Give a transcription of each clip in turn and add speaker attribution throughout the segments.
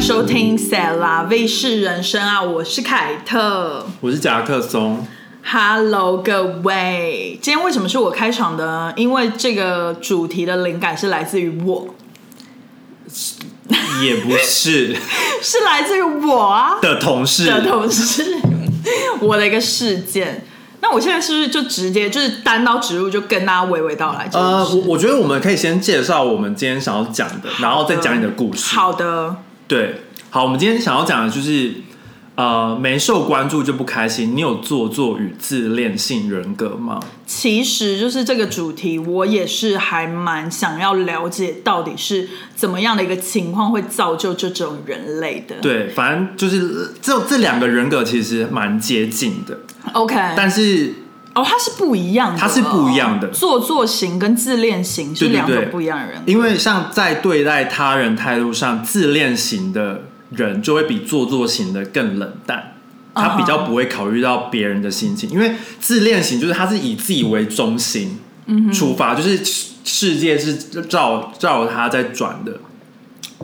Speaker 1: 收听《塞拉卫视人生》啊，我是凯特。
Speaker 2: 我是夹克松，
Speaker 1: Hello，各位，今天为什么是我开场的呢？因为这个主题的灵感是来自于我，
Speaker 2: 也不 是
Speaker 1: 是来自于我啊
Speaker 2: 的同事，
Speaker 1: 的同事，我的一个事件。那我现在是不是就直接就是单刀直入，就跟大家娓娓道来？这
Speaker 2: 呃，
Speaker 1: 个
Speaker 2: 我我觉得我们可以先介绍我们今天想要讲的，然后再讲你的故事。
Speaker 1: 好的，
Speaker 2: 对，好，我们今天想要讲的就是，呃，没受关注就不开心。你有做作与自恋性人格吗？
Speaker 1: 其实就是这个主题，我也是还蛮想要了解到底是怎么样的一个情况会造就这种人类的。
Speaker 2: 对，反正就是这这两个人格其实蛮接近的，
Speaker 1: ，OK，
Speaker 2: 但是
Speaker 1: 哦，它是不一样的，
Speaker 2: 它是不一样的
Speaker 1: 哦做作型跟自恋型是
Speaker 2: 对对
Speaker 1: 两种
Speaker 2: 对
Speaker 1: 不一样的人格。
Speaker 2: 因为像在对待他人态度上，自恋型的人就会比做作型的更冷淡。
Speaker 1: 啊
Speaker 2: 他比较不会考虑到别人的心情，因为自恋型就是他是以自己为中心
Speaker 1: 嗯
Speaker 2: 出发，就是世界是绕绕他在转的，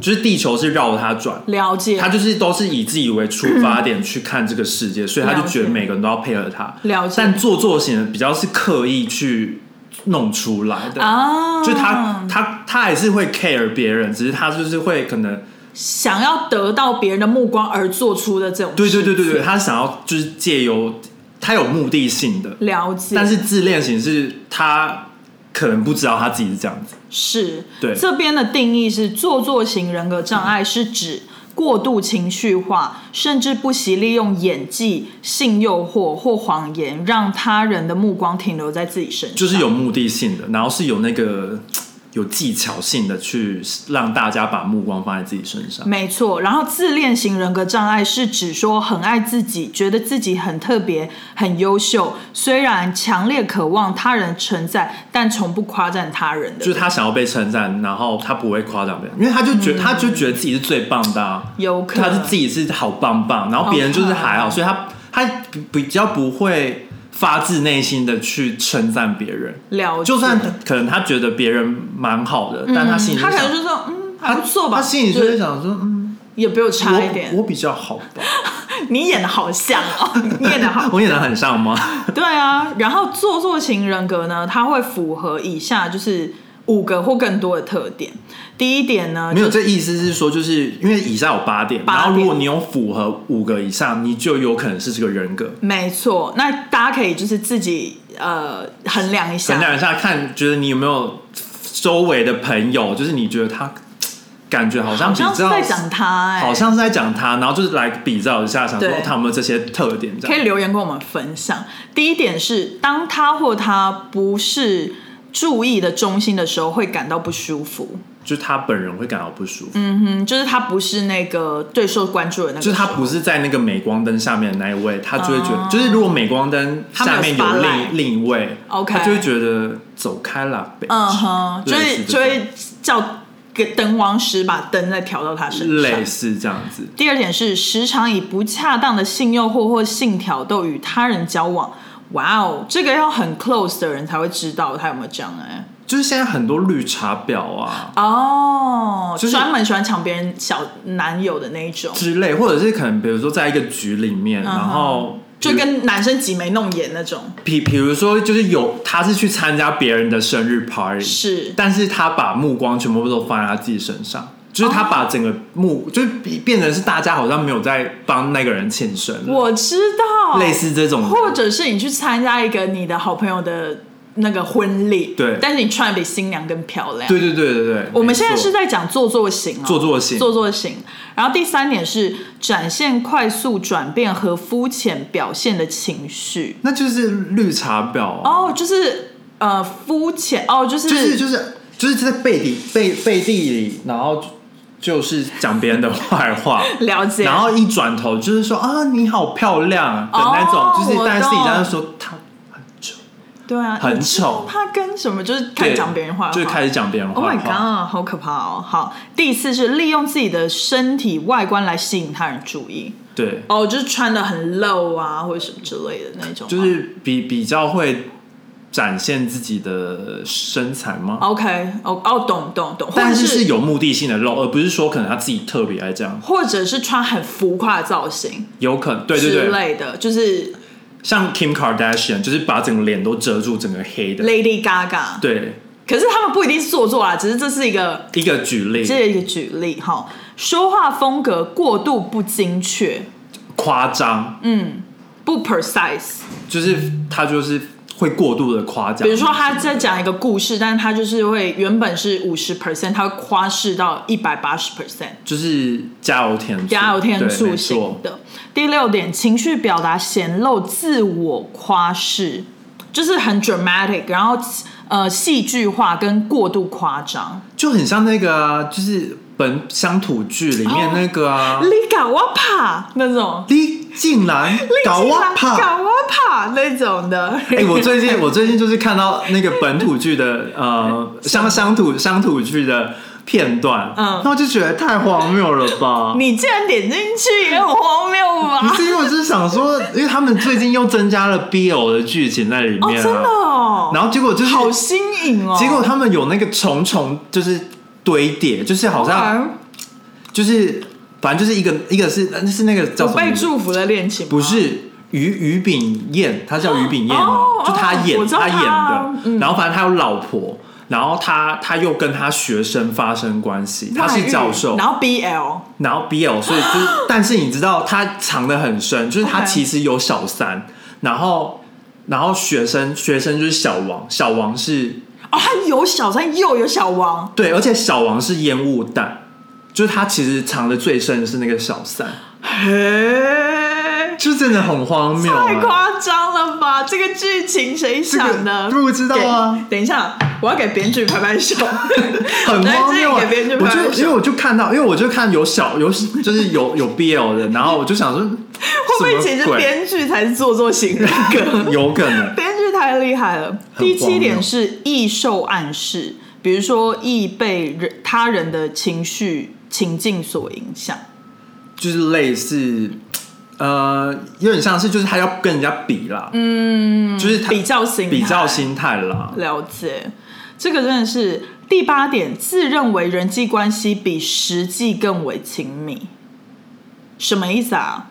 Speaker 2: 就是地球是绕他转，
Speaker 1: 了解，
Speaker 2: 他就是都是以自己为出发点去看这个世界，所以他就觉
Speaker 1: 了解
Speaker 2: 得每个人都要配合他。
Speaker 1: 了解
Speaker 2: 但做作型的比较是刻意去弄出来的
Speaker 1: 啊，
Speaker 2: 就他他他还是会 care 别人，只是他就是会可能
Speaker 1: 想要得到别人的目光而做出的这种
Speaker 2: 对对对对
Speaker 1: 事
Speaker 2: 对，
Speaker 1: 情，
Speaker 2: 他想要就是借由他有目的性的，
Speaker 1: 了解。
Speaker 2: 但是自恋型是他可能不知道他自己是这样子，
Speaker 1: 是
Speaker 2: 对
Speaker 1: 这边的定义是做作型人格障碍是指。过度情绪化，甚至不惜利用演技、性诱惑或谎言，让他人的目光停留在自己身上。
Speaker 2: 就是有目的性的，然后是有那个有技巧性的去让大家把目光放在自己身上。
Speaker 1: 没错，然后自恋型人格障碍是指说很爱自己，觉得自己很特别、很优秀，虽然强烈渴望他人称赞，但从不夸赞他人的
Speaker 2: 就是他想要被称赞，然后他不会夸奖别人，因为他就觉他就觉得自己是最棒的、啊，
Speaker 1: 嗯有可能
Speaker 2: 他是自己是好棒棒，然后别人就是还好，
Speaker 1: OK
Speaker 2: 所以他他比比较不会发自内心的去称赞别人，
Speaker 1: 了解，
Speaker 2: 就算他可能他觉得别人蛮好的，但他心
Speaker 1: 嗯
Speaker 2: 里
Speaker 1: 他
Speaker 2: 就
Speaker 1: 可
Speaker 2: 想
Speaker 1: 能就说嗯还不错吧，
Speaker 2: 他心里就
Speaker 1: 对
Speaker 2: 会想说，嗯，
Speaker 1: 也比我差一点
Speaker 2: 我。我比较好吧，
Speaker 1: 你演的好像哦， 你演的好
Speaker 2: 我演的很像吗？
Speaker 1: 对啊，然后做作型人格呢，它会符合以下就是五个或更多的特点。第一点呢，
Speaker 2: 没有，
Speaker 1: 就
Speaker 2: 这意思是说，就是因为以上有八点，
Speaker 1: 八
Speaker 2: 然后如
Speaker 1: 点
Speaker 2: 果你有符合五个以上，你就有可能是这个人格。
Speaker 1: 没错。那大家可以就是自己呃衡量一下，
Speaker 2: 衡量一下，看觉得你有没有周围的朋友，就是你觉得他感觉好
Speaker 1: 好
Speaker 2: 像比较
Speaker 1: 像是在讲他、哎，
Speaker 2: 好像是在讲他，然后就是来比较一下，想说哦
Speaker 1: 对
Speaker 2: 他有没有这些特点这
Speaker 1: 可
Speaker 2: 样。
Speaker 1: 以留言跟我们分享。第一点是，当他或他不是注意的中心的时候，会感到不舒服。
Speaker 2: 就是他本人会感到不舒服，
Speaker 1: 嗯，就是他不是那个最受关注的那个，
Speaker 2: 就是他不
Speaker 1: 是。
Speaker 2: 是在那个镁光灯下面的那一位，他就会觉得，就是如果镁光灯下面
Speaker 1: 啊他没有
Speaker 2: 有
Speaker 1: spotlight
Speaker 2: 另另一位
Speaker 1: OK
Speaker 2: 他就会觉得走开啦，bitch
Speaker 1: 嗯哼，就
Speaker 2: 类
Speaker 1: 会
Speaker 2: 似
Speaker 1: 就
Speaker 2: 这种
Speaker 1: 会叫给灯光师把灯再调到他身上
Speaker 2: 类。似这样子，
Speaker 1: 第二点是时常以不恰当的性诱惑或性挑逗与他人交往。哇哦，这个要很 close 的人才会知道他有哎没有障碍
Speaker 2: 就是现在很多绿茶婊啊，
Speaker 1: 哦，
Speaker 2: 就是
Speaker 1: 专门喜欢抢别人小男友的那一种，
Speaker 2: 之类，或者是可能比如说在一个局里面，然后
Speaker 1: 嗯就跟男生挤眉弄眼那种，
Speaker 2: 比比如说就是有他是去参加别人的生日 party，
Speaker 1: 是
Speaker 2: 但是他把目光全部都放在他自己身上。就是他把整个目，
Speaker 1: 哦
Speaker 2: 就是比变成是大家好像没有在帮那个人庆生，
Speaker 1: 我知道，
Speaker 2: 类似这种，
Speaker 1: 或者是你去参加一个你的好朋友的那个婚礼，
Speaker 2: 对
Speaker 1: 但是你穿的比新娘更漂亮。
Speaker 2: 对对对对对。
Speaker 1: 我们
Speaker 2: 没
Speaker 1: 现
Speaker 2: 错
Speaker 1: 在是在讲做作型、哦，
Speaker 2: 做作型
Speaker 1: 做作型。然后第三点是展现快速转变和肤浅表现的情绪。
Speaker 2: 那就是绿茶婊啊，
Speaker 1: 哦，就是呃肤浅，哦就是
Speaker 2: 就是就是就是在背地背背地里，然后就是讲别人的坏话，
Speaker 1: 了解，
Speaker 2: 然后一转头就是说啊，你好漂亮的
Speaker 1: 哦
Speaker 2: 那种，就是
Speaker 1: 我
Speaker 2: 但是自己
Speaker 1: 懂
Speaker 2: 在那说她很丑，
Speaker 1: 对啊，
Speaker 2: 很
Speaker 1: 你知道
Speaker 2: 丑
Speaker 1: 他跟什么就是开始讲别人坏话，
Speaker 2: 就是开始讲别人
Speaker 1: Oh
Speaker 2: 坏
Speaker 1: my
Speaker 2: 话。
Speaker 1: god，好可怕哦！好，第四是利用自己的身体外观来吸引他人注意。
Speaker 2: 对，
Speaker 1: 哦，就是穿的很露啊，或者什么之类的那种吗。
Speaker 2: 就是比比较会展现自己的身材吗？
Speaker 1: OK，哦哦，懂懂懂，或者
Speaker 2: 但
Speaker 1: 是
Speaker 2: 是是有目的性的露，而不是说可能他自己特别爱这样，
Speaker 1: 或者是穿很浮夸的造型
Speaker 2: 有可能对对
Speaker 1: 之
Speaker 2: 对，
Speaker 1: 类的，就是
Speaker 2: 像 Kim Kardashian 就是把整个脸都遮住，整个黑的，
Speaker 1: Lady Gaga。
Speaker 2: 对，
Speaker 1: 可是他们不一定是做作啦，只是这是一个
Speaker 2: 一个举例，
Speaker 1: 这是一个举例哈。说话风格过度不精确，
Speaker 2: 夸张，
Speaker 1: 嗯不 precise。
Speaker 2: 就是他就是会过度的夸张，
Speaker 1: 比如说他在讲一个故事，但是他就是会原本是五十 percent，他会夸饰到一百八十 percent。
Speaker 2: 就是加油添醋
Speaker 1: 加油添
Speaker 2: 对
Speaker 1: 醋
Speaker 2: 没
Speaker 1: 型
Speaker 2: 错
Speaker 1: 的。第六点，情绪表达显露自我夸饰，就是很 dramatic，然后呃戏剧化跟过度夸张。
Speaker 2: 就很像那个啊，就是本乡土剧里
Speaker 1: 哦
Speaker 2: 面那个啊，
Speaker 1: 你搞我怕那种，
Speaker 2: 你竟然搞我怕。
Speaker 1: 搞我怕那种的。
Speaker 2: 哎、我最近我最近就是看到那个本土剧的 呃乡乡土乡土剧的片段，
Speaker 1: 嗯。
Speaker 2: 然后就觉得太荒谬了吧
Speaker 1: 你竟然点进去也很荒谬
Speaker 2: 不
Speaker 1: 吧？
Speaker 2: 是因为我是想说，因为他们最近又增加了 BL 的剧情在里
Speaker 1: 哦，
Speaker 2: 面、啊
Speaker 1: 真的哦，
Speaker 2: 然后结果就是
Speaker 1: 好新颖哦。
Speaker 2: 结果他们有那个重重就是堆叠，就是好像
Speaker 1: 像
Speaker 2: 就是反正就是一个一个是那是那个叫
Speaker 1: 我
Speaker 2: 什么
Speaker 1: 被
Speaker 2: 名字？
Speaker 1: 祝福的恋情吗
Speaker 2: 不是于于炳彦，他叫于炳彦
Speaker 1: 啊哦
Speaker 2: 哦，就他
Speaker 1: 哦我
Speaker 2: 演
Speaker 1: 知道他
Speaker 2: 演
Speaker 1: 啊
Speaker 2: 的，然后反正他有老婆，然后他他又跟他学生发生关系，他
Speaker 1: 外
Speaker 2: 是
Speaker 1: 遇
Speaker 2: 教授
Speaker 1: 然，后 BL
Speaker 2: 然后 BL，所以就是，但是你知道他藏得很深，就是他
Speaker 1: OK
Speaker 2: 其实有小三，然后然后学生学生就是小王，小王是
Speaker 1: 哦，他有小三又有小王。
Speaker 2: 对，而且小王是烟雾弹，就是他其实藏的最深的是那个小三，
Speaker 1: 嘿，
Speaker 2: 就真的很荒谬、啊，
Speaker 1: 太夸张了吧！这个剧情谁想的？
Speaker 2: 这个不知道啊
Speaker 1: 给等一下，我要给编剧拍拍 手，
Speaker 2: 很荒谬、
Speaker 1: 来
Speaker 2: 啊
Speaker 1: 自己给编剧。
Speaker 2: 我
Speaker 1: 拍
Speaker 2: 就
Speaker 1: 拍
Speaker 2: 因为
Speaker 1: 手。
Speaker 2: 我就看到，因为我就看有小有就是有有 BL 的，然后我就想说，
Speaker 1: 会不
Speaker 2: 会
Speaker 1: 会其实编剧才是做作 型人格？
Speaker 2: 有可能
Speaker 1: 编剧太厉害了。
Speaker 2: 很
Speaker 1: 第七
Speaker 2: 荒
Speaker 1: 点
Speaker 2: 谬
Speaker 1: 是易受暗示，比如说易被人他人的情绪情境所影响。
Speaker 2: 就是类似呃，有点像是就是他要跟人家比啦，嗯，就是他
Speaker 1: 比较心态
Speaker 2: 比较心态啦，
Speaker 1: 了解，这个真的是第八点，自认为人际关系比实际更为亲密，什么意思啊？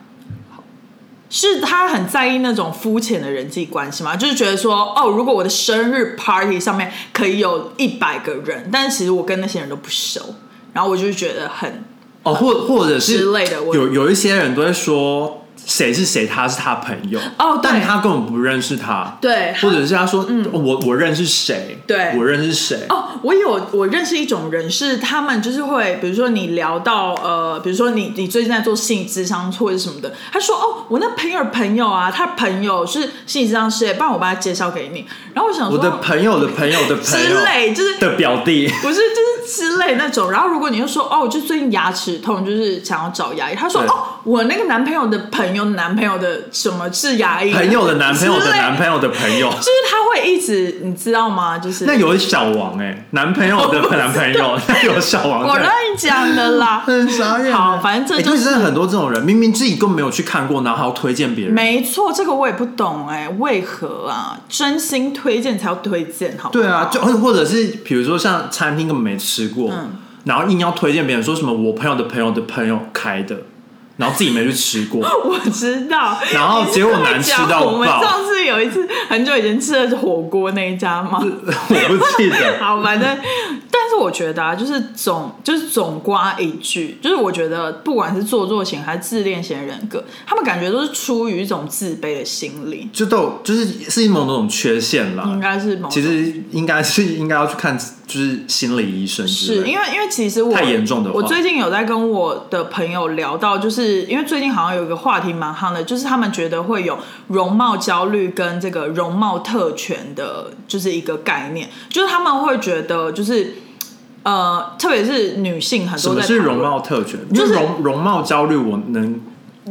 Speaker 1: 是他很在意那种肤浅的人际关系吗？就是觉得说，哦，如果我的生日 party 上面可以有一百个人，但是其实我跟那些人都不熟，然后我就觉得很
Speaker 2: 哦，或或者是
Speaker 1: 之类的我
Speaker 2: 有有一些人都会说谁是谁，他是他朋友
Speaker 1: 哦对
Speaker 2: 但他根本不认识他，
Speaker 1: 对嗯
Speaker 2: 或者是他说、哦我我认识谁，
Speaker 1: 对
Speaker 2: 我认识谁，
Speaker 1: 哦，我有我认识一种人，是他们就是会，比如说你聊到呃，比如说你你最近在做心理咨商或者什么的，他说哦，我那朋友的朋友啊，他朋友是心理咨商师耶，不然我把他介绍给你。然后我想说，
Speaker 2: 我的朋友的朋友的朋
Speaker 1: 之
Speaker 2: 友
Speaker 1: 类就是
Speaker 2: 的 表弟。
Speaker 1: 不是就是之类那种。然后如果你就说哦，我就最近牙齿痛，就是想要找牙医，他说
Speaker 2: 对
Speaker 1: 哦，我那个男朋友的朋友男朋友的什么是牙医
Speaker 2: 朋友的男朋友
Speaker 1: 之
Speaker 2: 的
Speaker 1: 类
Speaker 2: 男朋友的朋友，
Speaker 1: 就是他会一直你知道吗？就是
Speaker 2: 那有小王哎、男 朋友的男朋友， 那有小王
Speaker 1: 我
Speaker 2: 在。
Speaker 1: 乱讲的啦
Speaker 2: 很傻眼欸。
Speaker 1: 好反正这
Speaker 2: 欸
Speaker 1: 就
Speaker 2: 对
Speaker 1: 是
Speaker 2: 真的很多这种人，明明自己根本没有去看过，然后还要推荐别人。
Speaker 1: 没错，这个我也不懂哎、为何啊？真心推荐才要推荐，好不好
Speaker 2: 对啊，就或者是比如说像餐厅根本没吃过，
Speaker 1: 嗯
Speaker 2: 然后硬要推荐别人说什么我朋友的朋友的朋友开的，然后自己没去吃过，
Speaker 1: 我知道。
Speaker 2: 然后结果难吃到爆
Speaker 1: 我们上次有一次很久以前吃的火锅那一家吗？
Speaker 2: 我不记得。
Speaker 1: 好，反正，但是我觉得啊，就是总就是总刮一句，就是我觉得不管是做作型还是自恋型的人格，他们感觉都是出于一种自卑的心理，
Speaker 2: 就都有就是是某种缺陷啦，
Speaker 1: 应该是某种
Speaker 2: 啊其实应该是应该要去看就是心理医生之类
Speaker 1: 是
Speaker 2: 的，
Speaker 1: 因为因为其实我
Speaker 2: 太严重的话
Speaker 1: 我最近有在跟我的朋友聊到，就是因为最近好像有一个话题蛮夯的，就是他们觉得会有容貌焦虑跟这个容貌特权的，就是一个概念，就是他们会觉得就是呃，特别是女性很
Speaker 2: 什
Speaker 1: 多
Speaker 2: 么
Speaker 1: 在
Speaker 2: 是
Speaker 1: 讨论
Speaker 2: 容貌特权？
Speaker 1: 就
Speaker 2: 因
Speaker 1: 是
Speaker 2: 为容容貌焦虑，我能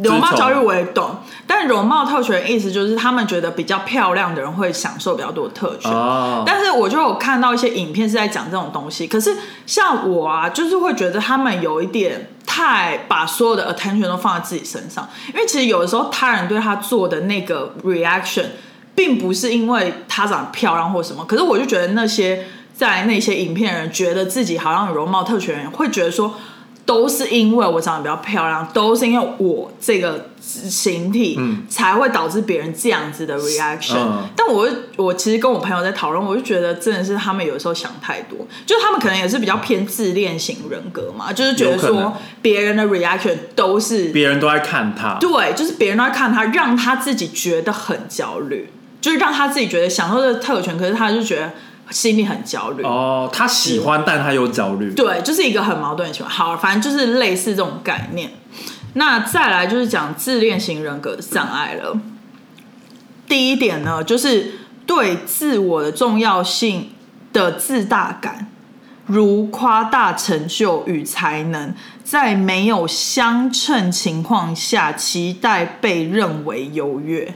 Speaker 1: 容貌焦虑
Speaker 2: 就是从
Speaker 1: 我也懂，但容貌特权的意思就是他们觉得比较漂亮的人会享受比较多的特权。
Speaker 2: 哦
Speaker 1: 但是我就有看到一些影片是在讲这种东西，可是像我啊，就是会觉得他们有一点太把所有的 attention 都放在自己身上，因为其实有的时候他人对他做的那个 reaction。并不是因为她长得漂亮或什么，可是我就觉得那些在那些影片的人觉得自己好像有容貌特权，会觉得说都是因为我长得比较漂亮，都是因为我这个形体，
Speaker 2: 嗯
Speaker 1: 才会导致别人这样子的 reaction。
Speaker 2: 嗯
Speaker 1: 但我会我其实跟我朋友在讨论，我就觉得真的是他们有时候想太多，就是他们可能也是比较偏自恋型人格嘛，就是觉得
Speaker 2: 有可能
Speaker 1: 说别人的 reaction 都是
Speaker 2: 别人都在看他，
Speaker 1: 对，就是别人都在看他，让他自己觉得很焦虑，就是让他自己觉得享受这个特权，可是他就觉得心里很焦虑。
Speaker 2: 哦，他喜欢，但他又焦虑，
Speaker 1: 对，就是一个很矛盾的情况。好，反正就是类似这种概念。那再来就是讲自恋型人格的障碍了。第一点呢，就是对自我的重要性的自大感，如夸大成就与才能，在没有相称情况下，期待被认为优越。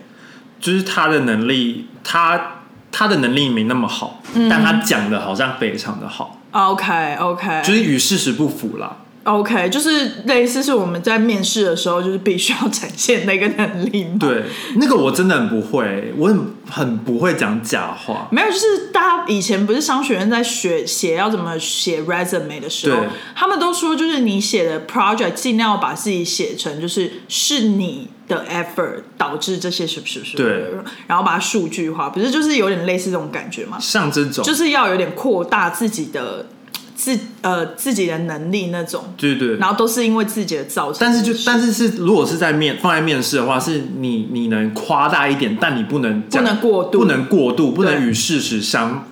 Speaker 2: 就是他的能力，他他的能力没那么好，
Speaker 1: 嗯
Speaker 2: 但他讲的好像非常的好，
Speaker 1: OK OK，
Speaker 2: 就是与事实不符啦。
Speaker 1: OK，就是类似是我们在面试的时候，就是必须要展现那个能力嘛。
Speaker 2: 对，那个我真的很不会，我很很不会讲假话。
Speaker 1: 没有，就是大家以前不是商学院在学写要怎么写 resume 的时候
Speaker 2: 对，
Speaker 1: 他们都说就是你写的 project 尽量把自己写成就是是你的 effort 导致这些是不是是，
Speaker 2: 对，
Speaker 1: 然后把它数据化，不是就是有点类似这种感觉嘛？
Speaker 2: 像这种，
Speaker 1: 就是要有点扩大自己的自呃自己的能力那种，
Speaker 2: 对对
Speaker 1: 然后都是因为自己的造成，
Speaker 2: 但是就但是是，如果是在面放在面试的话，是你你能夸大一点，但你不能讲
Speaker 1: 不能过度
Speaker 2: 不能过度，不能
Speaker 1: 对
Speaker 2: 与事实相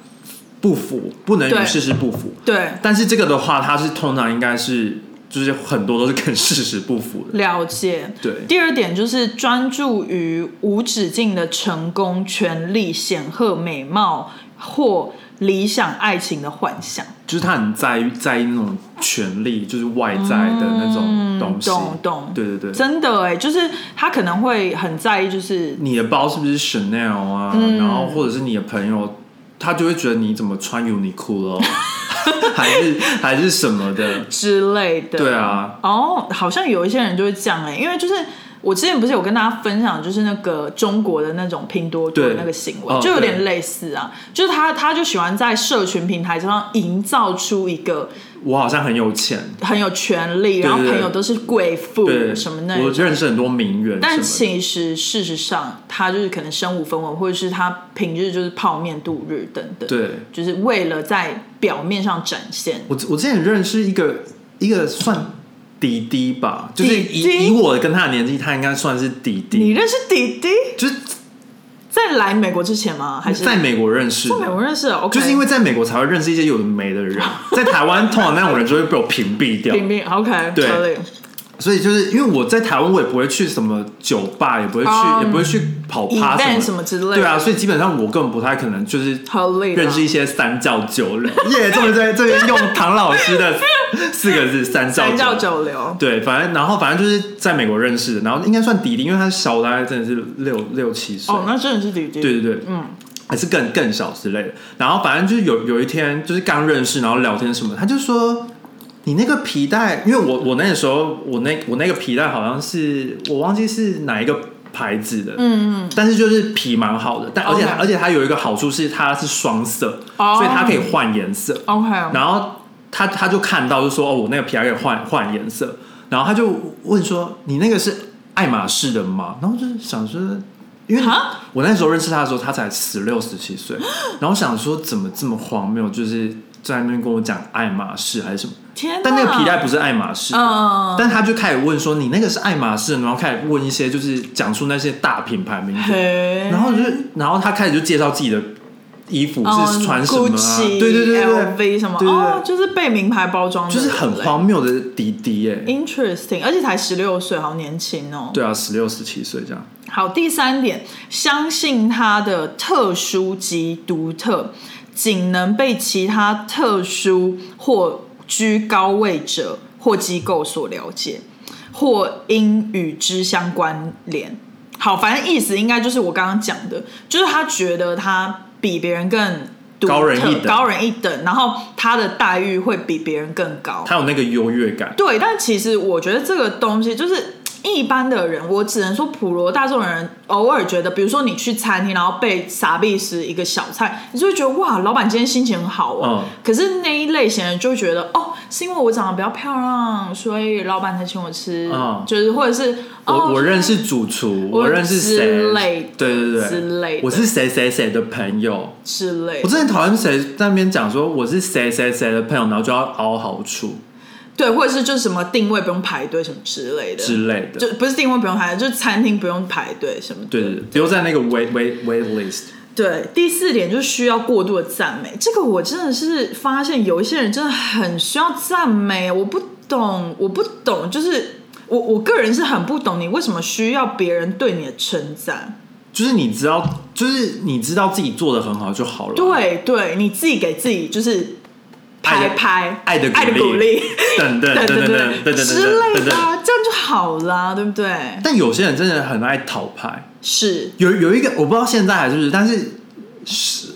Speaker 2: 不符，不能与
Speaker 1: 对
Speaker 2: 事实不符。
Speaker 1: 对。
Speaker 2: 但是这个的话，它是通常应该是就是很多都是跟事实不符的。
Speaker 1: 了解，
Speaker 2: 对
Speaker 1: 第二点就是专注于无止境的成功、权力、显赫、美貌或理想爱情的幻想。
Speaker 2: 就是他很在意在意那种权利，就是外在的那种东西。
Speaker 1: 嗯懂懂
Speaker 2: 对对对，
Speaker 1: 真的哎、就是他可能会很在意，就是
Speaker 2: 你的包是不是 Chanel 啊？
Speaker 1: 嗯
Speaker 2: 然后或者是你的朋友，他就会觉得你怎么穿 Uniqlo，还是还是什么的？
Speaker 1: 之类的。
Speaker 2: 对啊，
Speaker 1: 哦，好像有一些人就会这样哎、因为就是我之前不是有跟大家分享，就是那个中国的那种拼多多
Speaker 2: 对
Speaker 1: 那个行
Speaker 2: 哦
Speaker 1: 为，就有点
Speaker 2: 对
Speaker 1: 类似啊，就是他他就喜欢在社群平台上营造出一个
Speaker 2: 我好像很有钱，
Speaker 1: 很有权利，然后
Speaker 2: 对对
Speaker 1: 朋友都是贵妇
Speaker 2: 对，
Speaker 1: 什么那
Speaker 2: 我
Speaker 1: 种。
Speaker 2: 认识很多名媛什么的，
Speaker 1: 但其实事实上，他就是可能身无分文，或者是他平日就是泡面度日等等，，
Speaker 2: 对
Speaker 1: 就是为了在表面上展现。
Speaker 2: 我我之前认识一个一个算弟弟吧，就是
Speaker 1: 弟弟
Speaker 2: 以以我跟他的年纪，他应该算是弟
Speaker 1: 你
Speaker 2: 弟，
Speaker 1: 认识弟弟
Speaker 2: 就是
Speaker 1: 在来美国之前吗？还是
Speaker 2: 在美国认识
Speaker 1: 在美
Speaker 2: 的。
Speaker 1: 国认识的？OK，
Speaker 2: 就是因为在美国才会认识一些有的 没的人，在台湾通常那种人就会被我屏蔽掉。
Speaker 1: 冰冰 OK，
Speaker 2: 对
Speaker 1: 合理
Speaker 2: 所以就是因为我在台湾，我也不会去什么酒吧，也不会去，
Speaker 1: 嗯
Speaker 2: 也不会去跑趴
Speaker 1: event
Speaker 2: 什
Speaker 1: 什
Speaker 2: 么
Speaker 1: 么之类的，
Speaker 2: 对啊，所以基本上我根本不太可能就是
Speaker 1: 合理啦
Speaker 2: 认识一些三教九 流。耶，终于在这边用唐老师的四个字“三
Speaker 1: 三
Speaker 2: 教
Speaker 1: 教
Speaker 2: 流”。
Speaker 1: 九流。哦
Speaker 2: 对，反正然后反正就是在美国认识的，然后应该算弟弟，因为他小我大概真的是六六七岁。
Speaker 1: 哦，那真的是弟弟。
Speaker 2: 对对对，
Speaker 1: 嗯，
Speaker 2: 还是更更小之类的。然后反正就是有有一天就是刚认识，然后聊天什么，他就说你那个皮带，因为我我那个时候我那我那个皮带好像是我忘记是哪一个牌子的，嗯嗯，但是就是皮蛮好的，但而且
Speaker 1: 哦 OK
Speaker 2: 而且它有一个好处是它是双色，
Speaker 1: 哦
Speaker 2: 所以它可以换颜色。
Speaker 1: OK，
Speaker 2: 然后他他就看到就说哦，我那个皮带可以换换颜色，然后他就问说你那个是爱马仕的吗？然后就是想说，因为
Speaker 1: 哈
Speaker 2: 我那时候认识他的时候，他才十六十 七岁，然后想说怎么这么荒谬，就是在那边跟我讲爱马仕还是什么。
Speaker 1: 天哪，
Speaker 2: 但那个皮带不是爱马仕的，
Speaker 1: 嗯
Speaker 2: 但他就开始问说你那个是爱马仕的吗，然后开始问一些就是讲出那些大品牌名字，
Speaker 1: 嘿，
Speaker 2: 然后就是，然后他开始就介绍自己的衣服是穿什么
Speaker 1: 嗯
Speaker 2: 啊，
Speaker 1: ，Gucci，
Speaker 2: 对对对对对
Speaker 1: ，LV 什么，
Speaker 2: 对对对
Speaker 1: 哦，就是被名牌包装的，
Speaker 2: 就是很
Speaker 1: 对
Speaker 2: 荒谬的滴滴耶、
Speaker 1: Interesting，而且才十六岁，好年轻哦。
Speaker 2: 对啊，十六十七岁这样，
Speaker 1: 好，第三点，相信他的特殊及独特，仅能被其他特殊或居高位者或机构所了解，或因与之相关联。好，反正意思应该就是我刚刚讲的，就是他觉得他比别人更独特
Speaker 2: 高人一等
Speaker 1: 高人一等，然后他的待遇会比别人更高。
Speaker 2: 他有那个优越感，
Speaker 1: 对，但其实我觉得这个东西就是一般的人，我只能说普罗大众的人，偶尔觉得，比如说你去餐厅，然后被傻逼吃一个小菜，你就会觉得哇，老板今天心情很好哦。
Speaker 2: 嗯
Speaker 1: 可是那一类型人就会觉得，哦，是因为我长得比较漂亮，所以老板才请我吃，
Speaker 2: 嗯
Speaker 1: 就是或者是哦
Speaker 2: 我我认识主厨，
Speaker 1: 我
Speaker 2: 我认识
Speaker 1: 之
Speaker 2: 谁
Speaker 1: 类的，
Speaker 2: 对对对，
Speaker 1: 之类的
Speaker 2: 我是谁谁谁的朋友。
Speaker 1: 之类
Speaker 2: 我
Speaker 1: 的，
Speaker 2: 真的很讨厌谁在那边讲说我是谁谁谁的朋友，然后就要凹好处
Speaker 1: 对，或者是就是什么定位不用排队什么之类的，
Speaker 2: 之类的。
Speaker 1: 就不是定位不用排队，就是餐厅不用排队什么的。
Speaker 2: 对对对，留在那个 wait wait wait list。
Speaker 1: 对，第四点就是需要过度的赞美。这个我真的是发现有一些人真的很需要赞美，我不懂，我不懂，就是我我个人是很不懂你为什么需要别人对你的称赞。
Speaker 2: 就是你知道，就是你知道自己做的很好就好了。，
Speaker 1: 对对，你自己给自己就是拍拍
Speaker 2: 爱的
Speaker 1: 爱的鼓励，
Speaker 2: 等等
Speaker 1: 对
Speaker 2: 等
Speaker 1: 对
Speaker 2: 等
Speaker 1: 对
Speaker 2: 等等
Speaker 1: 之类
Speaker 2: 等
Speaker 1: 的
Speaker 2: 等。
Speaker 1: 啊，这样就好啦，对不对？
Speaker 2: 但有些人真的很爱讨牌，
Speaker 1: 是
Speaker 2: 有有一个我不知道现在还是不是，但是十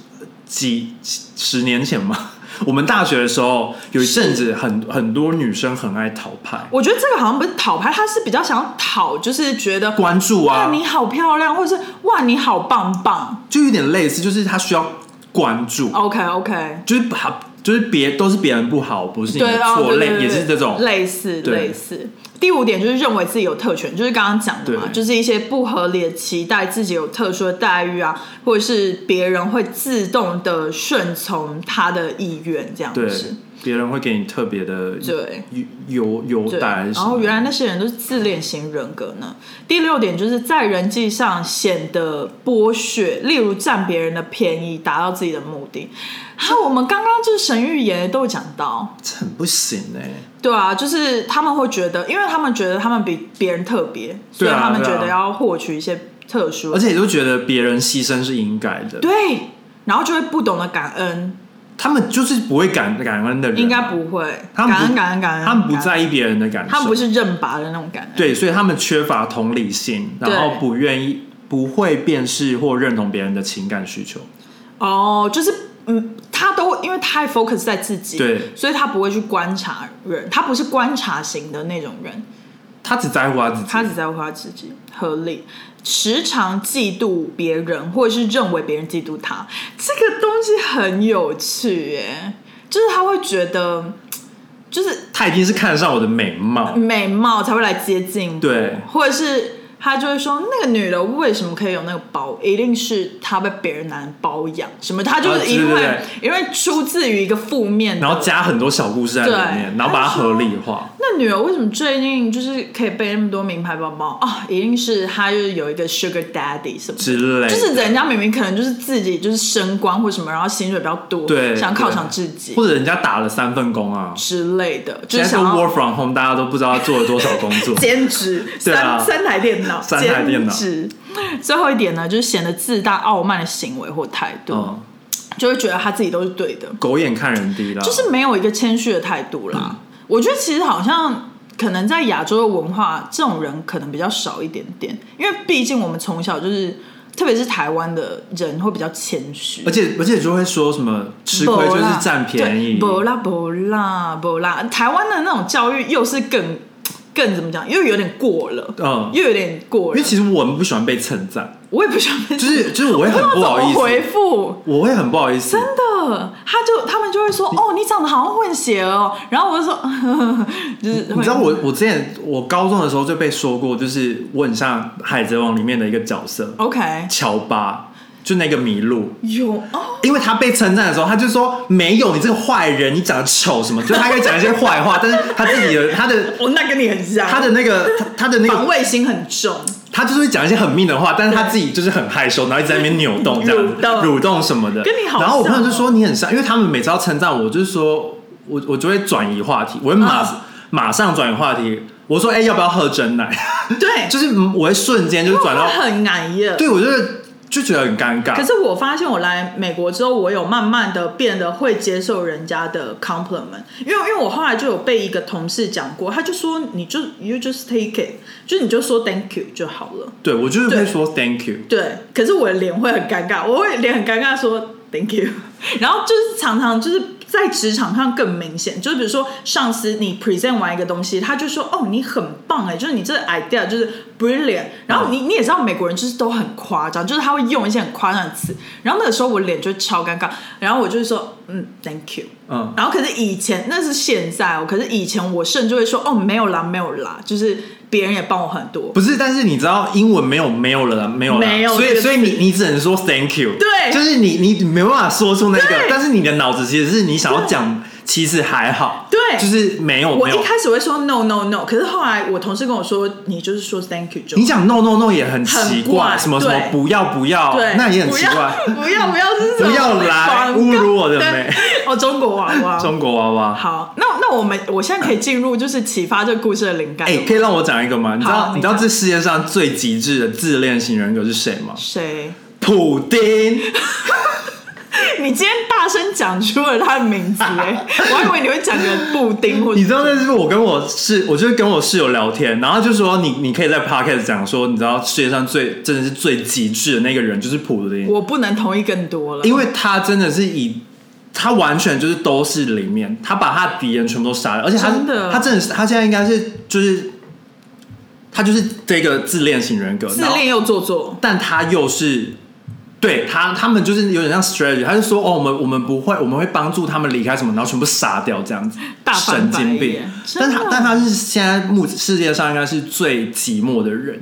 Speaker 2: 几几十年前嘛， 我们大学的时候有一阵子很很多女生很爱讨牌，
Speaker 1: 我觉得这个好像不是讨拍，他是比较想要讨，就是觉得
Speaker 2: 关注
Speaker 1: 哇
Speaker 2: 啊，
Speaker 1: 你好漂亮，或者是哇你好棒棒。
Speaker 2: 就有点类似，就是她需要关注，
Speaker 1: OK OK，
Speaker 2: 就是把就是别都是别人不好，不是你
Speaker 1: 对
Speaker 2: 的
Speaker 1: 哦，
Speaker 2: 错，
Speaker 1: 对对
Speaker 2: 类
Speaker 1: 对
Speaker 2: 也是这种。
Speaker 1: 类似
Speaker 2: 对
Speaker 1: 类似。第五点就是认为自己有特权，就是刚刚讲的嘛，
Speaker 2: 对
Speaker 1: 就是一些不合理的期待，自己有特殊的待遇啊，或者是别人会自动的顺从他的意愿这样
Speaker 2: 对
Speaker 1: 子。，
Speaker 2: 别人会给你特别的
Speaker 1: 对
Speaker 2: 优优
Speaker 1: 对，
Speaker 2: 待还是
Speaker 1: 然
Speaker 2: 什么的，
Speaker 1: 后原来那些人都是自恋型人格呢。第六点就是在人际上显得剥削，例如占别人的便宜，达到自己的目的。还有我们刚刚就是神预言都有讲到，
Speaker 2: 这很不行哎、
Speaker 1: 对啊，就是他们会觉得，因为他们觉得他们比别人特别，所
Speaker 2: 对
Speaker 1: 以
Speaker 2: 啊
Speaker 1: 他们觉得
Speaker 2: 对啊
Speaker 1: 要获取一些特殊，
Speaker 2: 而且你就觉得别人牺牲是应该的，
Speaker 1: 对，然后就会不懂得感恩，
Speaker 2: 他们就是不会感感恩的人，
Speaker 1: 应该不会
Speaker 2: 他们
Speaker 1: 感
Speaker 2: 不
Speaker 1: 恩感恩感恩，
Speaker 2: 他们不
Speaker 1: 感恩，
Speaker 2: 在意别人的感受，
Speaker 1: 嗯他们不是认拔的那种感恩，
Speaker 2: 对，所以他们缺乏同理心，
Speaker 1: 对
Speaker 2: 然后不愿意不会辨识或认同别人的情感需求，
Speaker 1: 哦，就是嗯，他都因为太 focus 在自己，
Speaker 2: 对，
Speaker 1: 所以他不会去观察人，他不是观察型的那种人，
Speaker 2: 他只在乎他自己，
Speaker 1: 他只在乎他自己，合理。时常嫉妒别人，或者是认为别人嫉妒他，这个东西很有趣耶。就是他会觉得，就是
Speaker 2: 他一定是看上我的美貌，
Speaker 1: 美貌才会来接近我，
Speaker 2: 对
Speaker 1: 或者是他就会说那个女的为什么可以有那个包，一定是她被别人男人包养什么，他就
Speaker 2: 啊
Speaker 1: 是因为、
Speaker 2: 对
Speaker 1: 因为出自于一个负面的，
Speaker 2: 然后加很多小故事在里面，
Speaker 1: 对
Speaker 2: 然后把它合理化。
Speaker 1: 那女儿为什么最近就是可以背那么多名牌包包啊？一定是她就是有一个 sugar daddy 什么的
Speaker 2: 之类的
Speaker 1: 就是人家明明可能就是自己就是升官或什么，然后薪水比较多，
Speaker 2: 对
Speaker 1: 想犒
Speaker 2: 对
Speaker 1: 赏自己
Speaker 2: 或者人家打了三份工啊，
Speaker 1: 之类的，就
Speaker 2: 现
Speaker 1: 是
Speaker 2: 在都
Speaker 1: 想
Speaker 2: work
Speaker 1: 要。
Speaker 2: from home，大家都不知道他做了多少工作
Speaker 1: 兼职，
Speaker 2: 对
Speaker 1: 三、
Speaker 2: 啊
Speaker 1: 三台电脑，
Speaker 2: 三台电
Speaker 1: 兼
Speaker 2: 脑
Speaker 1: 职。最后一点呢，就是显得自大傲慢的行为或态度，
Speaker 2: 嗯，
Speaker 1: 就会觉得他自己都是对的。
Speaker 2: 狗眼看人低啦，
Speaker 1: 就是没有一个谦虚的态度啦。
Speaker 2: 嗯
Speaker 1: 我觉得其实好像可能在亚洲的文化，这种人可能比较少一点点，因为毕竟我们从小就是，特别是台湾的人会比较谦虚，
Speaker 2: 而且而且就会说什么吃亏就是占便宜，
Speaker 1: 不啦不啦不啦，台湾的那种教育又是更更怎么讲，又有点过了，
Speaker 2: 嗯，
Speaker 1: 又有点过
Speaker 2: 因为
Speaker 1: 了。
Speaker 2: 其实我们不喜欢被称赞，
Speaker 1: 我也不想被，
Speaker 2: 就是就是我
Speaker 1: 我
Speaker 2: 会很
Speaker 1: 不知
Speaker 2: 不
Speaker 1: 道
Speaker 2: 好
Speaker 1: 怎
Speaker 2: 意
Speaker 1: 么回
Speaker 2: 思，
Speaker 1: 复。
Speaker 2: 我会很不好意思，
Speaker 1: 真的，他就他们就会说，哦，你长得好像混血儿哦，然后我就说， 就是
Speaker 2: 你
Speaker 1: 会
Speaker 2: 知道我我之前我高中的时候就被说过，就是我很像《海贼王》里面的一个角色
Speaker 1: OK
Speaker 2: 乔巴，就那个麋鹿。
Speaker 1: 有哦，
Speaker 2: 因为他被称赞的时候，他就说没有你这个坏人，你长得丑什么，就是他可以讲一些坏话，但是他自己的他的
Speaker 1: 我哦那跟你很像，
Speaker 2: 他的那个他他的那
Speaker 1: 防
Speaker 2: 个
Speaker 1: 卫心很重，
Speaker 2: 他就是会讲一些很命的话，但是他自己就是很害羞，然后一直在那边扭动这样子
Speaker 1: 蠕，动
Speaker 2: 蠕动什么的。
Speaker 1: 跟你好
Speaker 2: 然后我朋友就
Speaker 1: 像哦
Speaker 2: 说你很像，因为他们每次要称赞我，就是说我我就会转移话题，我会马、
Speaker 1: 嗯
Speaker 2: 马上转移话题。我说哎、要不要喝真奶？
Speaker 1: 对，
Speaker 2: 就是我会瞬间就
Speaker 1: 因为
Speaker 2: 转
Speaker 1: 我
Speaker 2: 到，
Speaker 1: 很难耶。
Speaker 2: 对我就是就觉得很尴尬。
Speaker 1: 可是我发现我来美国之后，我有慢慢的变得会接受人家的 compliment，因为因为我后来就有被一个同事讲过，他就说你就 you just take it，就是你就说 thank you 就好了。
Speaker 2: 对我就是
Speaker 1: 对
Speaker 2: 会说 thank you，
Speaker 1: 对， 可是我的脸会很尴尬，我会脸很尴尬说 thank you，然后就是常常就是在职场上更明显，就是比如说上司你 present 完一个东西，他就说哦你很棒哎、就是你这个 idea 就是 brilliant，然后你、
Speaker 2: 嗯
Speaker 1: 你也知道美国人就是都很夸张，就是他会用一些很夸张的词，然后那个时候我脸就超尴尬，然后我就是说嗯 thank you，
Speaker 2: 嗯，
Speaker 1: 然后可是以前那是现在哦，可是以前我甚至会说哦没有啦没有啦，就是别人也帮我很多，
Speaker 2: 不是，但是你知道英文没有没有了啦，没有了，
Speaker 1: 没有
Speaker 2: 所
Speaker 1: 这
Speaker 2: 以
Speaker 1: 个
Speaker 2: 所以你你只能说 thank you，
Speaker 1: 对
Speaker 2: 就是你你没办法说出那个
Speaker 1: 对，
Speaker 2: 但是你的脑子其实是你想要讲，其实还好，
Speaker 1: 对
Speaker 2: 就是没有
Speaker 1: 我
Speaker 2: 没
Speaker 1: 一
Speaker 2: 有，
Speaker 1: 开始会说 no no no，可是后来我同事跟我说你就是说 thank you 就好
Speaker 2: 你讲 no no no 也很奇
Speaker 1: 很怪
Speaker 2: 什么什
Speaker 1: 对
Speaker 2: 么不要不要
Speaker 1: 对，，
Speaker 2: 哦那也很奇怪，嗯
Speaker 1: 不要不要不要是什么
Speaker 2: 不要来
Speaker 1: 广告
Speaker 2: 侮辱我的美，
Speaker 1: 对哦，中国娃娃。
Speaker 2: 中国娃娃。
Speaker 1: 好，那那我们我现在可以进入就是启发这个故事的灵感。
Speaker 2: 哎、可以让我讲一个吗？你知道
Speaker 1: 好
Speaker 2: 你知道
Speaker 1: 你讲
Speaker 2: 这世界上最极致的自恋型人格是谁吗？
Speaker 1: 谁？
Speaker 2: 普丁。
Speaker 1: 你今天大声讲出了他的 名字哎，我还以为你会讲个布丁或者
Speaker 2: 你知道那是我跟我室，我就是跟我室友聊天，然后就说你你可以在 podcast 讲说，你知道世界上最真的是最极致的那个人就是普丁，
Speaker 1: 我不能同意更多了，
Speaker 2: 因为他真的是以他完全就是都是里面，他把他的敌人全部都杀了，而且他
Speaker 1: 真的
Speaker 2: 他真的是他现在应该是就是他就是这个自恋型人格，
Speaker 1: 自
Speaker 2: 然后
Speaker 1: 恋又做作。
Speaker 2: 但他又是对他，他们就是有点像 strategy，他就说哦，我们我们不会，我们会帮助他们离开什么，然后全部杀掉这样子，
Speaker 1: 大翻
Speaker 2: 神
Speaker 1: 白
Speaker 2: 经病
Speaker 1: 眼。
Speaker 2: 但
Speaker 1: 真
Speaker 2: 他
Speaker 1: 的
Speaker 2: 但他是现在目世界上应该是最寂寞的人，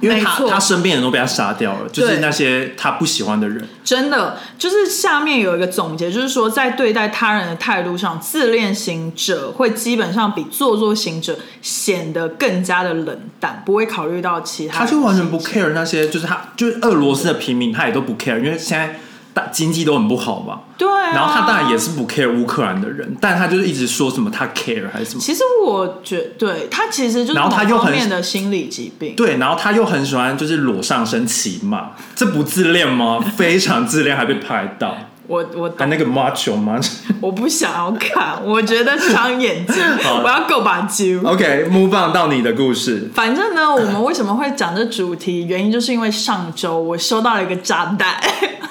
Speaker 2: 因为
Speaker 1: 没
Speaker 2: 他
Speaker 1: 错
Speaker 2: 他身边人都被他杀掉了，就是
Speaker 1: 对
Speaker 2: 那些他不喜欢的人。
Speaker 1: 真的，就是下面有一个总结，就是说在对待他人的态度上，自恋型者会基本上比做作型者显得更加的冷淡，不会考虑到其他
Speaker 2: 他
Speaker 1: 人。
Speaker 2: 就完全不 care 那些，就是他就是俄罗斯的平民，他也都不 care，因为现在大经济都很不好嘛。
Speaker 1: 对、啊，
Speaker 2: 然后他当然也是不 care 乌克兰的人，但他就是一直说什么他 care 还是什么。
Speaker 1: 其实我觉对他其实就是
Speaker 2: 然
Speaker 1: 某
Speaker 2: 后他又
Speaker 1: 方
Speaker 2: 很
Speaker 1: 面的心理疾病。
Speaker 2: 对，然后他又很喜欢就是裸上身骑马，这不自恋吗？ 非常自恋，还被拍到，啊
Speaker 1: 我我
Speaker 2: 还那个 macho 吗
Speaker 1: 我不想要看，我觉得伤眼睛，
Speaker 2: 好
Speaker 1: 我要够把揪。
Speaker 2: ？OK，move、on 到你的故事。
Speaker 1: 反正呢，我们为什么会讲这主题？原因就是因为上周我收到了一个炸弹，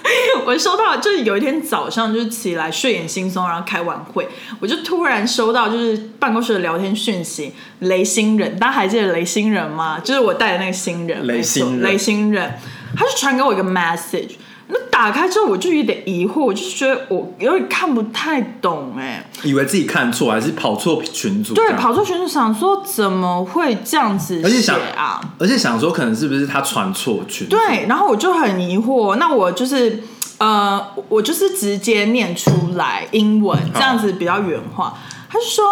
Speaker 1: 我收到就是有一天早上就是起来睡眼惺忪，然后开完会，我就突然收到就是办公室的聊天讯息，雷星人，大家还记得雷星人吗？就是我带的那个新人，
Speaker 2: 雷星人
Speaker 1: 没错雷星人，他就传给我一个 message。那打开之后，我就有点疑惑，我就觉得我有点看不太懂哎、
Speaker 2: 以为自己看错，还是跑错群组？
Speaker 1: 对，。跑错群组想说怎么会这样子
Speaker 2: 而且
Speaker 1: 写
Speaker 2: 想
Speaker 1: 啊？
Speaker 2: 而且想说，可能是不是他传错群？，
Speaker 1: 对，然后我就很疑惑，那我就是呃，我就是直接念出来英文，这样子比较原话。他就说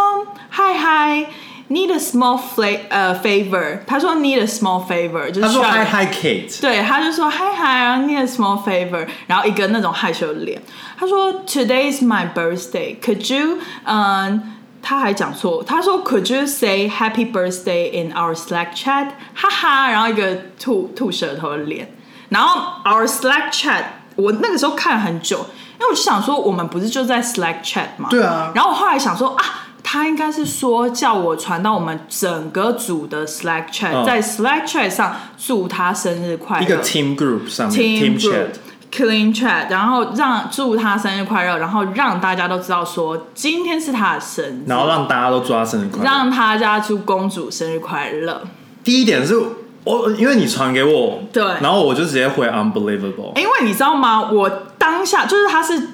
Speaker 1: 嗨嗨。Need a small fla 呃 favor，他说 need a small favor，就是
Speaker 2: 他说
Speaker 1: 需要
Speaker 2: Hi Hi Kate，
Speaker 1: 对，他就说嗨嗨，然后 need a small favor，然后一个那种害羞的脸。他说 Today is my birthday，could you 嗯、他还讲错，他说 Could you say happy birthday in our Slack chat？哈哈，然后一个吐吐舌头的脸。然后 our Slack chat，我那个时候看了很久，因为我就想说我们不是就在 Slack chat 吗？
Speaker 2: 对啊
Speaker 1: 然后我后来想说啊。他应该是说叫我传到我们整个组的 Slack chat，、
Speaker 2: 嗯
Speaker 1: 在 Slack chat 上祝他生日快乐。
Speaker 2: 一个 team group 上面
Speaker 1: team
Speaker 2: chat，
Speaker 1: clean chat，然后让祝他生日快乐，然后让大家都知道说今天是他的生日，
Speaker 2: 然后让大家都祝他生日快乐。
Speaker 1: 让他家祝公主生日快乐。
Speaker 2: 第一点是我，因为你传给我，
Speaker 1: 对哎
Speaker 2: 然后我就直接回 unbelievable，
Speaker 1: 因为你知道吗？我当下就是他是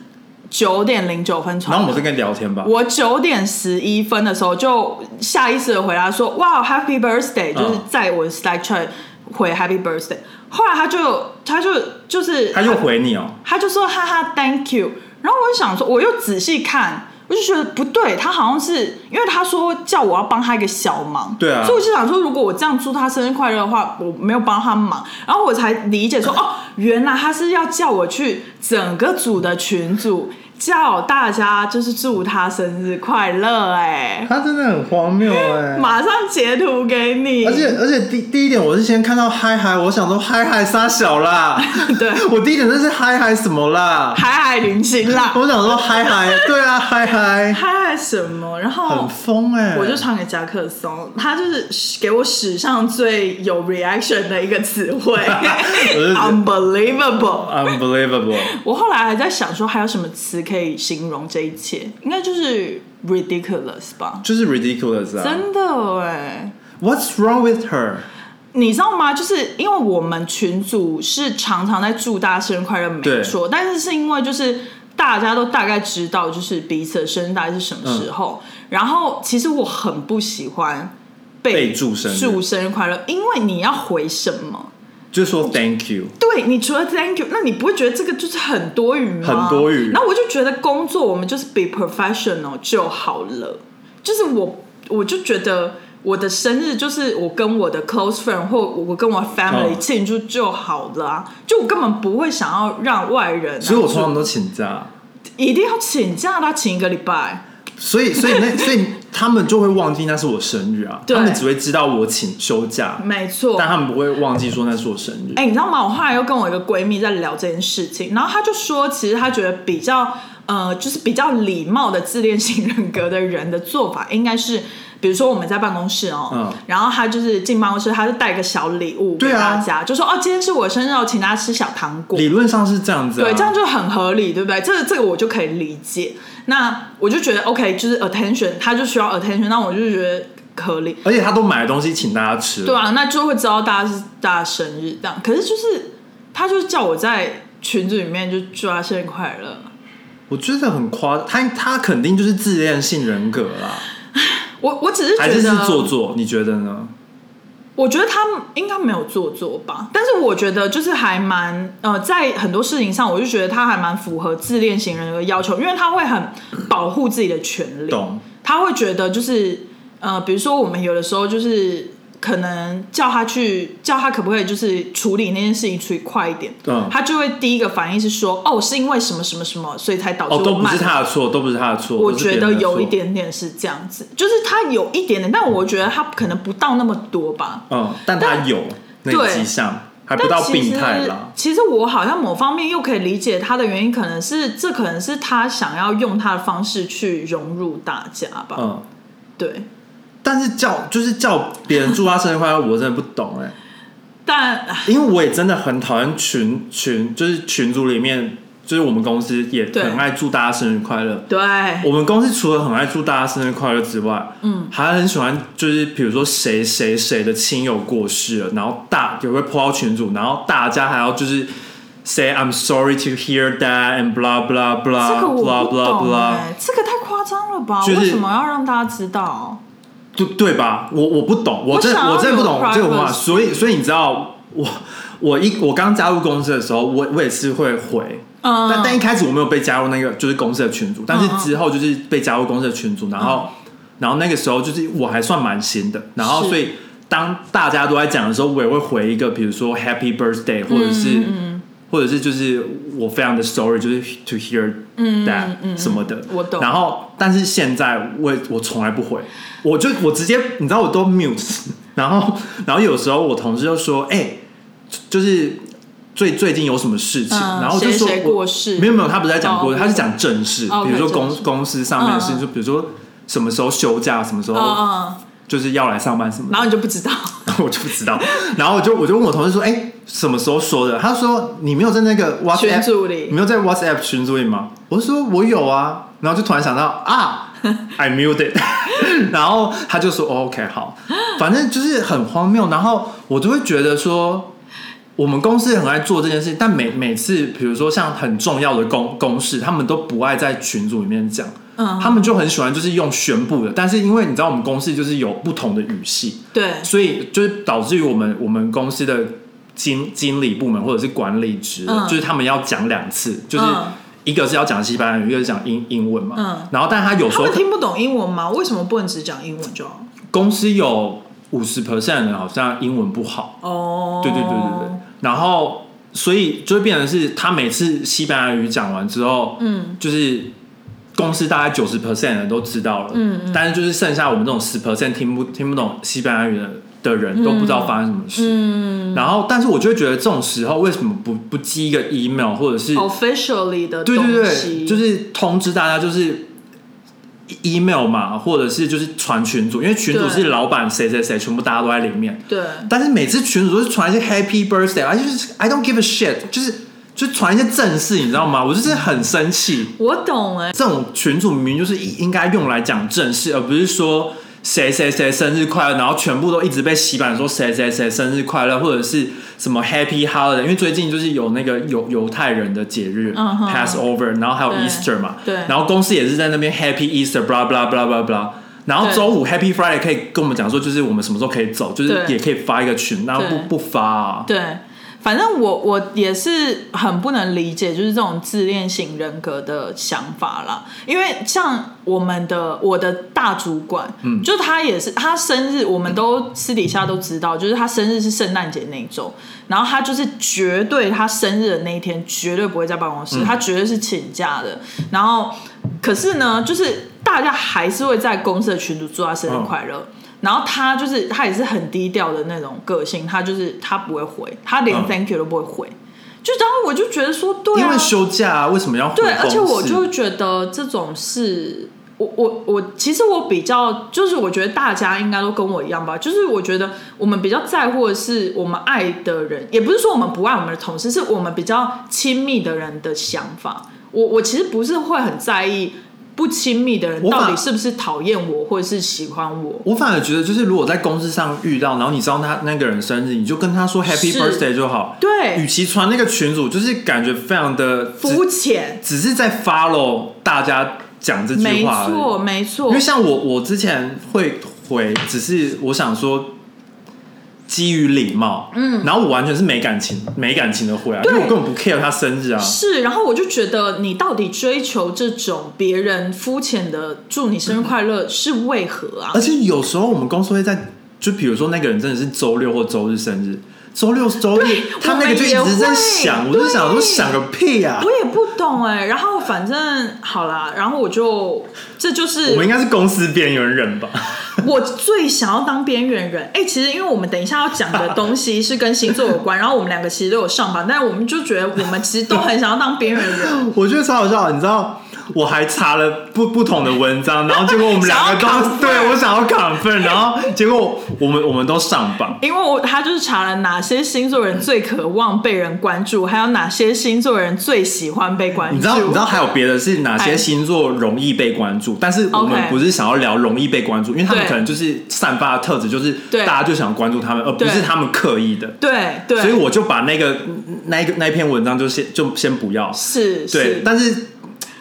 Speaker 1: 九点零九分
Speaker 2: 然
Speaker 1: 传
Speaker 2: 后
Speaker 1: 的，
Speaker 2: 我们在跟你聊天吧。
Speaker 1: 我九点十一分的时候就下意识的回答说：“哇，Happy Birthday！” 就是在我的 Slack chat 回 Happy Birthday。后来他就他就就是
Speaker 2: 他又回你哦，
Speaker 1: 他就说哈哈，thank you。然后我就想说，我又仔细看，我就觉得不对，他好像是因为他说叫我要帮他一个小忙，
Speaker 2: 对啊
Speaker 1: 所以我就想说，如果我这样祝他生日快乐的话，我没有帮他忙，然后我才理解说，哦，原来他是要叫我去整个组的群组叫大家就是祝他生日快乐、哎，
Speaker 2: 他真的很荒谬哎
Speaker 1: 马上截图给你，
Speaker 2: 而且而且第第一点，我是先看到嗨嗨，我想说嗨嗨杀小啦，
Speaker 1: 对，
Speaker 2: 我第一点那是嗨嗨什么啦？
Speaker 1: 海海零星啦，
Speaker 2: 我想说嗨嗨，对啊嗨嗨，
Speaker 1: 海海什么，然后
Speaker 2: 很疯哎、
Speaker 1: 我就传给夹克松，他就是给我史上最有 reaction 的一个词汇
Speaker 2: 我就觉得
Speaker 1: ，unbelievable。
Speaker 2: unbelievable，
Speaker 1: 我后来还在想说还有什么词可以形容这一切，应该就是 ridiculous 吧？
Speaker 2: 就是 ridiculous 啊
Speaker 1: 真的哎，
Speaker 2: ！What's wrong with her？
Speaker 1: 你知道吗？就是因为我们群组是常常在祝大家生日快乐，没
Speaker 2: 对
Speaker 1: 错，但是是因为就是大家都大概知道就是彼此的生日大概是什么时候，
Speaker 2: 嗯
Speaker 1: 然后其实我很不喜欢
Speaker 2: 被祝生日
Speaker 1: 祝生日快乐，因为你要回什么？
Speaker 2: 就说 Thank you。
Speaker 1: 对你除了 thank you，那你不会觉得这个就是很多余吗？
Speaker 2: 很多余
Speaker 1: 那我就觉得工作我们就是 be professional 就好了。就是我，我就觉得我的生日就是我跟我的 close friend 或我跟我 family
Speaker 2: 嗯
Speaker 1: 庆祝就好了啊。就我根本不会想要让外人、啊，
Speaker 2: 所以我通常都请假，
Speaker 1: 一定要请假啦，请一个礼拜。
Speaker 2: 所以所以那所以他们就会忘记那是我生日啊，
Speaker 1: 对
Speaker 2: 他们只会知道我请休假，
Speaker 1: 没错，
Speaker 2: 但他们不会忘记说那是我生日。
Speaker 1: 哎、你知道吗？我后来又跟我一个闺蜜在聊这件事情，然后她就说，其实她觉得比较呃，就是比较礼貌的自恋型人格的人的做法，应该是。比如说我们在办公室哦，
Speaker 2: 嗯
Speaker 1: 然后她就是进办公室，她就带一个小礼物给
Speaker 2: 对啊
Speaker 1: 大家，就说哦，今天是我生日哦，请大家吃小糖果。
Speaker 2: 理论上是这样子、啊，
Speaker 1: 对，这样就很合理，对不对？这个这个我就可以理解。那我就觉得 OK，就是 attention，她就需要 attention，那我就觉得合理。
Speaker 2: 而且他都买了东西请大家吃，
Speaker 1: 对啊，那就会知道大家是大家生日这样。可是就是他就是叫我在群组里面就祝他生日快乐，
Speaker 2: 我觉得很夸，他他肯定就是自恋性人格啦，
Speaker 1: 我我只是觉
Speaker 2: 还
Speaker 1: 得，
Speaker 2: 是是做作？你觉得呢？
Speaker 1: 我觉得他们应该没有做作吧，但是我觉得就是还蛮呃，在很多事情上，我就觉得他还蛮符合自恋型人格的要求，因为他会很保护自己的权利。
Speaker 2: 懂？
Speaker 1: 他会觉得就是呃，比如说我们有的时候就是可能叫他去叫他可不可以就是处理那件事情处理快一点，
Speaker 2: 嗯
Speaker 1: 他就会第一个反应是说哦，是因为什么什么什么，所以才导致
Speaker 2: 哦，
Speaker 1: 我
Speaker 2: 都不
Speaker 1: 慢。
Speaker 2: 是他的错，都不是他的错。
Speaker 1: 我
Speaker 2: 都是别
Speaker 1: 觉
Speaker 2: 人
Speaker 1: 得
Speaker 2: 的
Speaker 1: 有一
Speaker 2: 错，
Speaker 1: 点点是这样子，就是他有一点点，但我觉得他可能不到那么多吧。
Speaker 2: 嗯，但他有那
Speaker 1: 对
Speaker 2: 迹象，还不
Speaker 1: 但
Speaker 2: 到
Speaker 1: 其
Speaker 2: 病
Speaker 1: 实
Speaker 2: 态啦。
Speaker 1: 其实我好像某方面又可以理解他的原因，可能是这可能是他想要用他的方式去融入大家吧。
Speaker 2: 嗯，
Speaker 1: 对，
Speaker 2: 但是叫就是叫别人祝他生日快乐，我真的不懂哎、
Speaker 1: 但 哎
Speaker 2: 因为我也真的很讨厌群群，就是群组里面，就是我们公司也
Speaker 1: 对
Speaker 2: 很爱祝大家生日快乐。
Speaker 1: 对，
Speaker 2: 我们公司除了很爱祝大家生日快乐之外，嗯，还很喜欢就是比如说谁谁谁的亲友过世了，然后大也会 po 到群组，然后大家还要就是 say I'm sorry to hear that and blah blah
Speaker 1: 这
Speaker 2: blah
Speaker 1: 个我
Speaker 2: 啊 blah
Speaker 1: 不
Speaker 2: blah
Speaker 1: 懂
Speaker 2: blah，
Speaker 1: 哎、这个太夸张了吧？
Speaker 2: 就是
Speaker 1: 为什么要让大家知道？
Speaker 2: 对对吧？我我不懂，我真
Speaker 1: 想要
Speaker 2: 我真的不懂
Speaker 1: 有
Speaker 2: 这个文化，
Speaker 1: privacy
Speaker 2: 所以所以你知道我我一我刚加入公司的时候，我我也是会回，
Speaker 1: 嗯，
Speaker 2: 但但一开始我没有被加入那个就是公司的群组，但是之后就是被加入公司的群组，然后、然后那个时候就是我还算蛮新的，然后
Speaker 1: 嗯是
Speaker 2: 所以当大家都在讲的时候，我也会回一个，比如说 Happy Birthday，或者
Speaker 1: 嗯
Speaker 2: 是、或者是就是我非常的 sorry，就是 to hear that、什么的，
Speaker 1: 嗯我懂
Speaker 2: 然后但是现在我也我从来不回，我就我直接你知道我都 mute，然后然后有时候我同事就说，哎、就是。最最近有什么事情？
Speaker 1: 嗯
Speaker 2: 然后就说
Speaker 1: 谁谁
Speaker 2: 我
Speaker 1: 过世
Speaker 2: 没有没有，他不是在讲过世，
Speaker 1: 哦
Speaker 2: 他是讲正事，
Speaker 1: 哦
Speaker 2: 比如说
Speaker 1: ，OK，
Speaker 2: 公
Speaker 1: 正事
Speaker 2: 公司上面的事情，
Speaker 1: 嗯
Speaker 2: 就比如说什么时候休假，什么时
Speaker 1: 嗯
Speaker 2: 候
Speaker 1: 嗯，
Speaker 2: 就是要来上班什么的
Speaker 1: 然后你就不知道，
Speaker 2: 然 后我就不知道，然后我就我就问我同事说，哎、什么时候说的？他说你没有在那个 WhatsApp
Speaker 1: 群组里
Speaker 2: 你没有在 WhatsApp 群组里吗？我就说我有啊，然后就突然想到啊，I muted，然 后他就说、哦、OK 好，反正就是很荒谬，然后我就会觉得说。我们公司很爱做这件事，但每每次，比如说像很重要的公公事，他们都不爱在群组里面讲，
Speaker 1: 嗯
Speaker 2: 他们就很喜欢就是用宣布的。但是因为你知道，我们公司就是有不同的语系，
Speaker 1: 对，
Speaker 2: 所以就是导致于我们我们公司的经经理部门或者是管理职的，
Speaker 1: 嗯
Speaker 2: 就是他们要讲两次，就是
Speaker 1: 嗯
Speaker 2: 一个是要讲西班牙语，一个是讲英英文嘛。
Speaker 1: 嗯
Speaker 2: 然后，但他有时
Speaker 1: 他
Speaker 2: 候
Speaker 1: 们听不懂英文吗？为什么不能只讲英文就好？
Speaker 2: 公司有五十 percent 人好像英文不好，
Speaker 1: 哦，
Speaker 2: 对对对对对。然后，所以就会变成是他每次西班牙语讲完之后，
Speaker 1: 嗯，
Speaker 2: 就是公司大概九十 percent 人都知道了，嗯但是就是剩下我们这种十 percent 听不听不懂西班牙语的的人都不知道发生什么事，嗯，然后但是我就会觉得这种时候为什么不不寄一个 email 或者是
Speaker 1: officially 的
Speaker 2: 对对
Speaker 1: 哦东
Speaker 2: 对，
Speaker 1: 西
Speaker 2: 就是通知大家就是 email 嘛，或者是就是传群组，因为群组
Speaker 1: 对
Speaker 2: 是老板谁谁谁，全部大家都在里面，
Speaker 1: 对
Speaker 2: 但是每次群主都是传一些 Happy Birthday，而且就是 I don't give a shit，就是就传一些正事，你知道吗？我就是很生气，
Speaker 1: 我懂哎、
Speaker 2: 这种群主明明就是应应该用来讲正事，而不是说谁谁谁生日快乐，然后全部都一直被洗版说谁谁谁生日快乐，或者是什么 Happy Holiday，因为最近就是有那个犹犹太人的节日、
Speaker 1: 嗯哼
Speaker 2: Passover，然后还有
Speaker 1: 对
Speaker 2: Easter 嘛，
Speaker 1: 对
Speaker 2: 然后公司也是在那边 Happy Easter，blah blah blah blah blah。然后
Speaker 1: 对
Speaker 2: 周五 Happy Friday 可以跟我们讲说，就是我们什么时候可以走，就是
Speaker 1: 对
Speaker 2: 也可以发一个群，然后
Speaker 1: 对
Speaker 2: 不不发、啊。
Speaker 1: 对，反正我我也是很不能理解，就是这种自恋型人格的想法啦。因为像我们的我的大主管，嗯，就他也是他生日，我们都私底下都知道，就是他生日是圣诞节那一周，然后他就是绝对他生日的那一天绝对不会在办公室，他绝对是请假的。然后可是呢，就是大家还是会在公司的群组祝他生日
Speaker 2: 嗯
Speaker 1: 快乐。然后他就是他也是很低调的那种个性，他就是他不会回，他连
Speaker 2: 嗯
Speaker 1: thank you 都不会回。就然后我就觉得说，对
Speaker 2: 因为
Speaker 1: 啊，
Speaker 2: 休假、啊、为什么要回
Speaker 1: 对，而且
Speaker 2: 公
Speaker 1: 我
Speaker 2: 司
Speaker 1: 就觉得这种事，我我我，其实我比较就是我觉得大家应该都跟我一样吧，就是我觉得我们比较在乎的是我们爱的人，也不是说我们不爱我们的同事，是我们比较亲密的人的想法。我我其实不是会很在意不亲密的人
Speaker 2: 我反
Speaker 1: 到底是不是讨厌我或者是喜欢我。
Speaker 2: 我反而觉得，就是如果在公司上遇到，然后你知道他那个人生日，你就跟他说 Happy
Speaker 1: 是
Speaker 2: Birthday 就好。
Speaker 1: 对
Speaker 2: 与其传那个群主，就是感觉非常的
Speaker 1: 肤浅，
Speaker 2: 只，只是在 follow 大家讲这句
Speaker 1: 没
Speaker 2: 话。
Speaker 1: 错，，没错
Speaker 2: 因为，像我，我之前会回，只是我想说。基于礼貌，嗯，然后我完全是没感情、没感情的回啊，因
Speaker 1: 对
Speaker 2: 为我根本不 care 他生日啊，
Speaker 1: 是。然后我就觉得，你到底追求这种别人肤浅的祝你生日快乐是为何啊
Speaker 2: 而？且有时候我们公司会在，就比如说那个人真的是周六或周日生日，周六、周日他那个就一直在想，
Speaker 1: 我
Speaker 2: 我
Speaker 1: 们也会
Speaker 2: 就想说想个屁啊！
Speaker 1: 我也不懂哎、然后反正好啦，然后我就这就是
Speaker 2: 我们应该是公司边缘人吧？
Speaker 1: 我最想要当边缘人。哎、其实因为我们等一下要讲的东西是跟星座有关，然 后我们两个其实都有上榜，但是我们就觉得我们其实都很想要当边缘人。
Speaker 2: 我觉得超好笑，你知道，我还查了不不同的文章，然后结果我们两
Speaker 1: 想要
Speaker 2: 个都
Speaker 1: confirm
Speaker 2: 对我想要 confirm，然后结果我们我们都上榜。
Speaker 1: 因为我他就是查了哪些星座人最渴望被人关注，还有哪些星座人最喜欢被关注。
Speaker 2: 你知道，你知道还有别的是哪些
Speaker 1: 哎
Speaker 2: 星座容易被关注？但是我们
Speaker 1: OK
Speaker 2: 不是想要聊容易被关注，因为他们
Speaker 1: 对
Speaker 2: 可能就是散发的特质，就是
Speaker 1: 对
Speaker 2: 大家就想关注他们，而不
Speaker 1: 对
Speaker 2: 是他们刻意的。
Speaker 1: 对对，
Speaker 2: 所以我就把那个那一个那一篇文章就先就先不要。
Speaker 1: 是
Speaker 2: 对
Speaker 1: 是，。
Speaker 2: 但是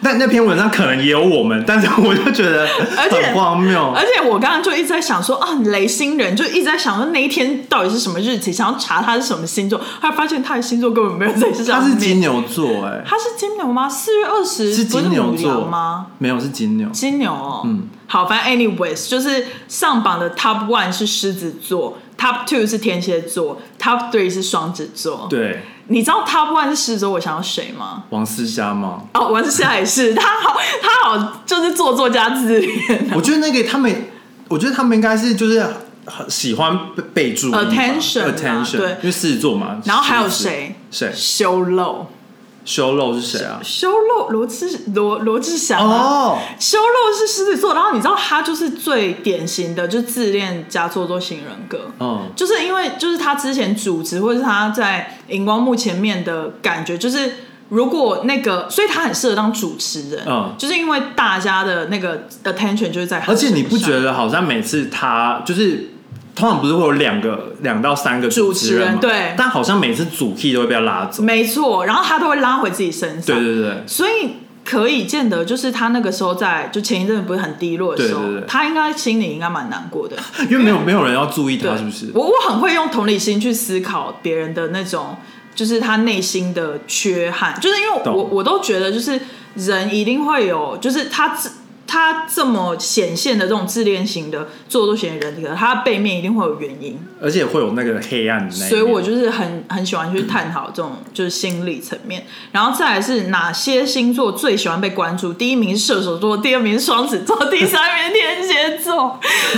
Speaker 2: 那那篇文章可能也有我们，但是我就觉得
Speaker 1: 而且
Speaker 2: 很荒谬
Speaker 1: 而。且我刚刚就一直在想说啊，雷星人就一直在想说那一天到底是什么日期，想要查他是什么星座，后来发现他的星座根本没有在上
Speaker 2: 他
Speaker 1: 面。
Speaker 2: 是金牛座、哎，
Speaker 1: 他是金牛吗？四月二十
Speaker 2: 是金牛座
Speaker 1: 吗？？
Speaker 2: 没有，是金牛。
Speaker 1: 金牛哦，
Speaker 2: 嗯，
Speaker 1: 好，反正 anyways 就是上榜的 top one 是狮子座，top two 是天蝎座，top three 是双子座。，
Speaker 2: 对，
Speaker 1: 你知道 top one 是狮子座，我想要谁吗？
Speaker 2: 王思佳吗？
Speaker 1: 哦，王思佳也是， 他好，他好，就是做作家自恋
Speaker 2: 我觉得那个他们，我觉得他们应该是就是很喜欢被被注意吧
Speaker 1: Attention 啊
Speaker 2: attention，
Speaker 1: 对
Speaker 2: 因为狮子座嘛。
Speaker 1: 然后还有
Speaker 2: 狮子
Speaker 1: 谁？
Speaker 2: 谁？
Speaker 1: 修漏，
Speaker 2: 修漏是谁啊？
Speaker 1: 修漏，罗志罗罗志祥啊、
Speaker 2: 哦，
Speaker 1: 修漏是狮子座，然后你知道他就是最典型的，就是自恋加做作型人格。
Speaker 2: 嗯，
Speaker 1: 就是因为就是他之前主持或者是他在荧光幕前面的感觉，就是如果那个，所以他很适合当主持人，
Speaker 2: 嗯
Speaker 1: 就是因为大家的那个 attention 就是在他
Speaker 2: 而且你不
Speaker 1: 身上
Speaker 2: 觉得好像每次他就是通常不是会有两个两到三个
Speaker 1: 主持
Speaker 2: 持
Speaker 1: 人
Speaker 2: 人嘛？
Speaker 1: 对
Speaker 2: 但好像每次主 key 都会被他拉走。
Speaker 1: 没错，然后他都会拉回自己身上，
Speaker 2: 对对对，
Speaker 1: 所以可以见得，就是他那个时候在就前一阵子不是很低落的时候，
Speaker 2: 对对对
Speaker 1: 他应该心里应该蛮难过的。
Speaker 2: 对因为没有没有人要注意
Speaker 1: 对，
Speaker 2: 他，是不是？
Speaker 1: 我我很会用同理心去思考别人的那种，就是他内心的缺憾，就是因为我
Speaker 2: 懂
Speaker 1: 我我都觉得，就是人一定会有，就是他自。他这么显现的这种自恋型的做作型的人格，他背面一定会有原因，
Speaker 2: 而且会有那个黑暗的那一面。
Speaker 1: 所以我就是很很喜欢去探讨这种就是心理层面，然后再来是哪些星座最喜欢被关注？第一名是射手座，第二名是双子座，第三名是天蝎座。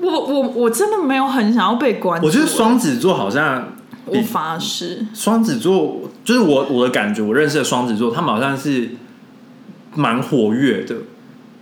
Speaker 1: 我我我真的没有很想要被关注，
Speaker 2: 我觉得双子座好像
Speaker 1: 我
Speaker 2: 比
Speaker 1: 发誓，
Speaker 2: 双子座就是我我的感觉，我认识的双子座，他们好像是蛮活跃的，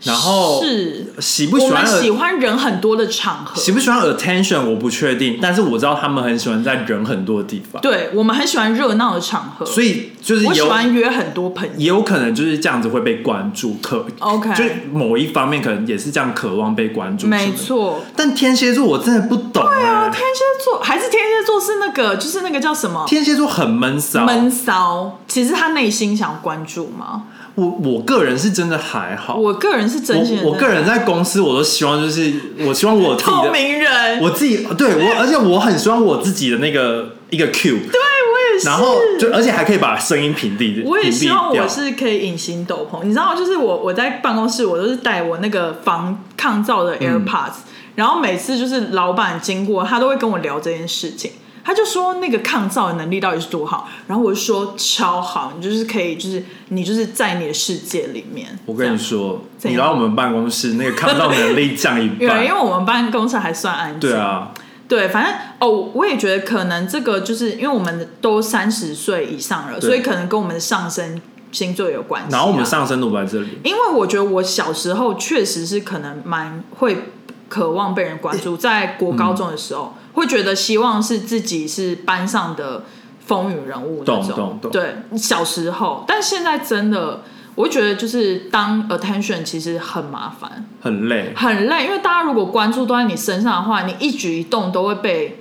Speaker 2: 然后
Speaker 1: 是
Speaker 2: 喜不
Speaker 1: 我
Speaker 2: 喜欢
Speaker 1: 们喜
Speaker 2: a-
Speaker 1: 欢人很多的场合，
Speaker 2: 喜不喜欢 attention 我不确定，但是我知道他们很喜欢在人很多的地方，
Speaker 1: 对我们很喜欢热闹的场合，
Speaker 2: 所以就是
Speaker 1: 我喜
Speaker 2: 有
Speaker 1: 欢约很多朋友。
Speaker 2: 也有可能就是这样子会被关注，可
Speaker 1: OK
Speaker 2: 就某一方面可能也是这样渴望被关注，
Speaker 1: 没。错，啊
Speaker 2: 但天蝎座我真的不懂哎、
Speaker 1: 天蝎座还是天蝎座是那个，就是那个叫什么
Speaker 2: 天蝎座很闷骚，
Speaker 1: 闷骚，其实他内心想要关注吗？
Speaker 2: 我我个人是真的还好，
Speaker 1: 我个人是真心的
Speaker 2: 哦我我个人在公司我都希望就是我希望我自 己
Speaker 1: 透
Speaker 2: 的
Speaker 1: 明人，
Speaker 2: 我自己对我，而且我很希望我自己的那个一个 cube，
Speaker 1: 对我也是。
Speaker 2: 然后就而且还可以把声音屏蔽，
Speaker 1: 我也希望
Speaker 2: 屏蔽
Speaker 1: 我
Speaker 2: 掉
Speaker 1: 是可以隐形斗篷，你知道，就是我我在办公室，我都是带我那个防抗噪
Speaker 2: 嗯
Speaker 1: 的 AirPods，、然后每次就是老板经过，他都会跟我聊这件事情，他就说那个抗噪的能力到底是多好，然后我就说超好，你就是可以，就是你就是在你的世界里面。
Speaker 2: 我跟
Speaker 1: 这
Speaker 2: 你
Speaker 1: 样，
Speaker 2: 说，
Speaker 1: 怎
Speaker 2: 你
Speaker 1: 样
Speaker 2: 来我们办公室那个抗噪能 力降一
Speaker 1: 对，因
Speaker 2: 半，
Speaker 1: 为我们办公室还算安静，
Speaker 2: 对啊，
Speaker 1: 对，反正哦，我也觉得可能这个就是因为我们都三十岁以上了，
Speaker 2: 对
Speaker 1: 所以可能跟我们的上升星座有关系啊。
Speaker 2: 然后我们上升都不在这里，
Speaker 1: 因为我觉得我小时候确实是可能蛮会渴望被人关注，在国高中的时
Speaker 2: 嗯
Speaker 1: 候、会觉得希望是自己是班上的风云人物那
Speaker 2: 懂
Speaker 1: 种。
Speaker 2: 懂懂
Speaker 1: 对，小时候，但现在真的，我会觉得就是当 attention 其实很麻烦，
Speaker 2: 很累，
Speaker 1: 很累，因为大家如果关注都在你身上的话，你一举一动都会被，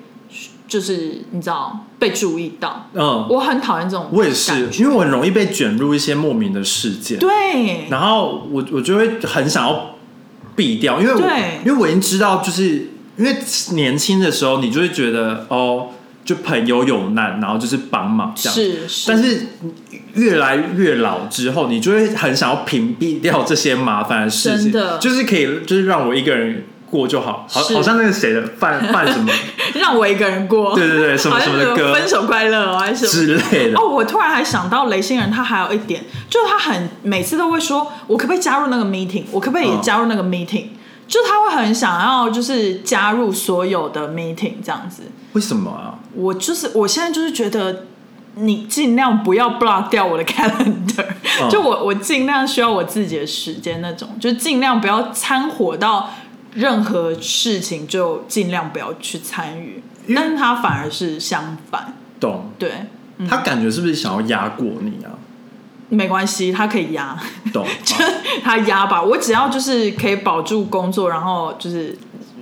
Speaker 1: 就是你知道被注意到。
Speaker 2: 嗯，
Speaker 1: 我很讨厌这种，
Speaker 2: 我也是，，因为我很容易被卷入一些莫名的事件，
Speaker 1: 对，
Speaker 2: 然后我我就会很想要避掉，因为我
Speaker 1: 对
Speaker 2: 因为我已经知道，就是因为年轻的时候，你就会觉得哦，就朋友有难，然后就是帮忙这样。
Speaker 1: 是是，
Speaker 2: 但是越来越老之后，你就会很想要屏蔽掉这些麻烦的事
Speaker 1: 真
Speaker 2: 情，
Speaker 1: 的
Speaker 2: 就是可以，就是让我一个人过就好，好
Speaker 1: 是
Speaker 2: 好像那个谁的范 范什么，
Speaker 1: 让我一个人过。
Speaker 2: 对对对，什么
Speaker 1: 好像
Speaker 2: 什么的
Speaker 1: 有
Speaker 2: 歌
Speaker 1: 分手快乐哦，还是什么？
Speaker 2: 之类的
Speaker 1: 哦，，我突然还想到雷星人，他还有一点，就是他很每次都会说，我可不可以加入那个 meeting？我可不可以也
Speaker 2: 嗯
Speaker 1: 加入那个 meeting？、就他会很想要，就是加入所有的 meeting 这样子。
Speaker 2: 为什么啊？
Speaker 1: 我就是我现在就是觉得，你尽量不要 block 掉我的 calendar，、
Speaker 2: 嗯
Speaker 1: 就我我尽量需要我自己的时间那种，就尽量不要掺和到任何事情，就尽量不要去参与。但是他反而是相反，
Speaker 2: 懂？
Speaker 1: 对，
Speaker 2: 他感觉是不是想要压过你啊？
Speaker 1: 没关系，他可以压，
Speaker 2: 懂？好
Speaker 1: 他压吧，我只要就是可以保住工作，然后就是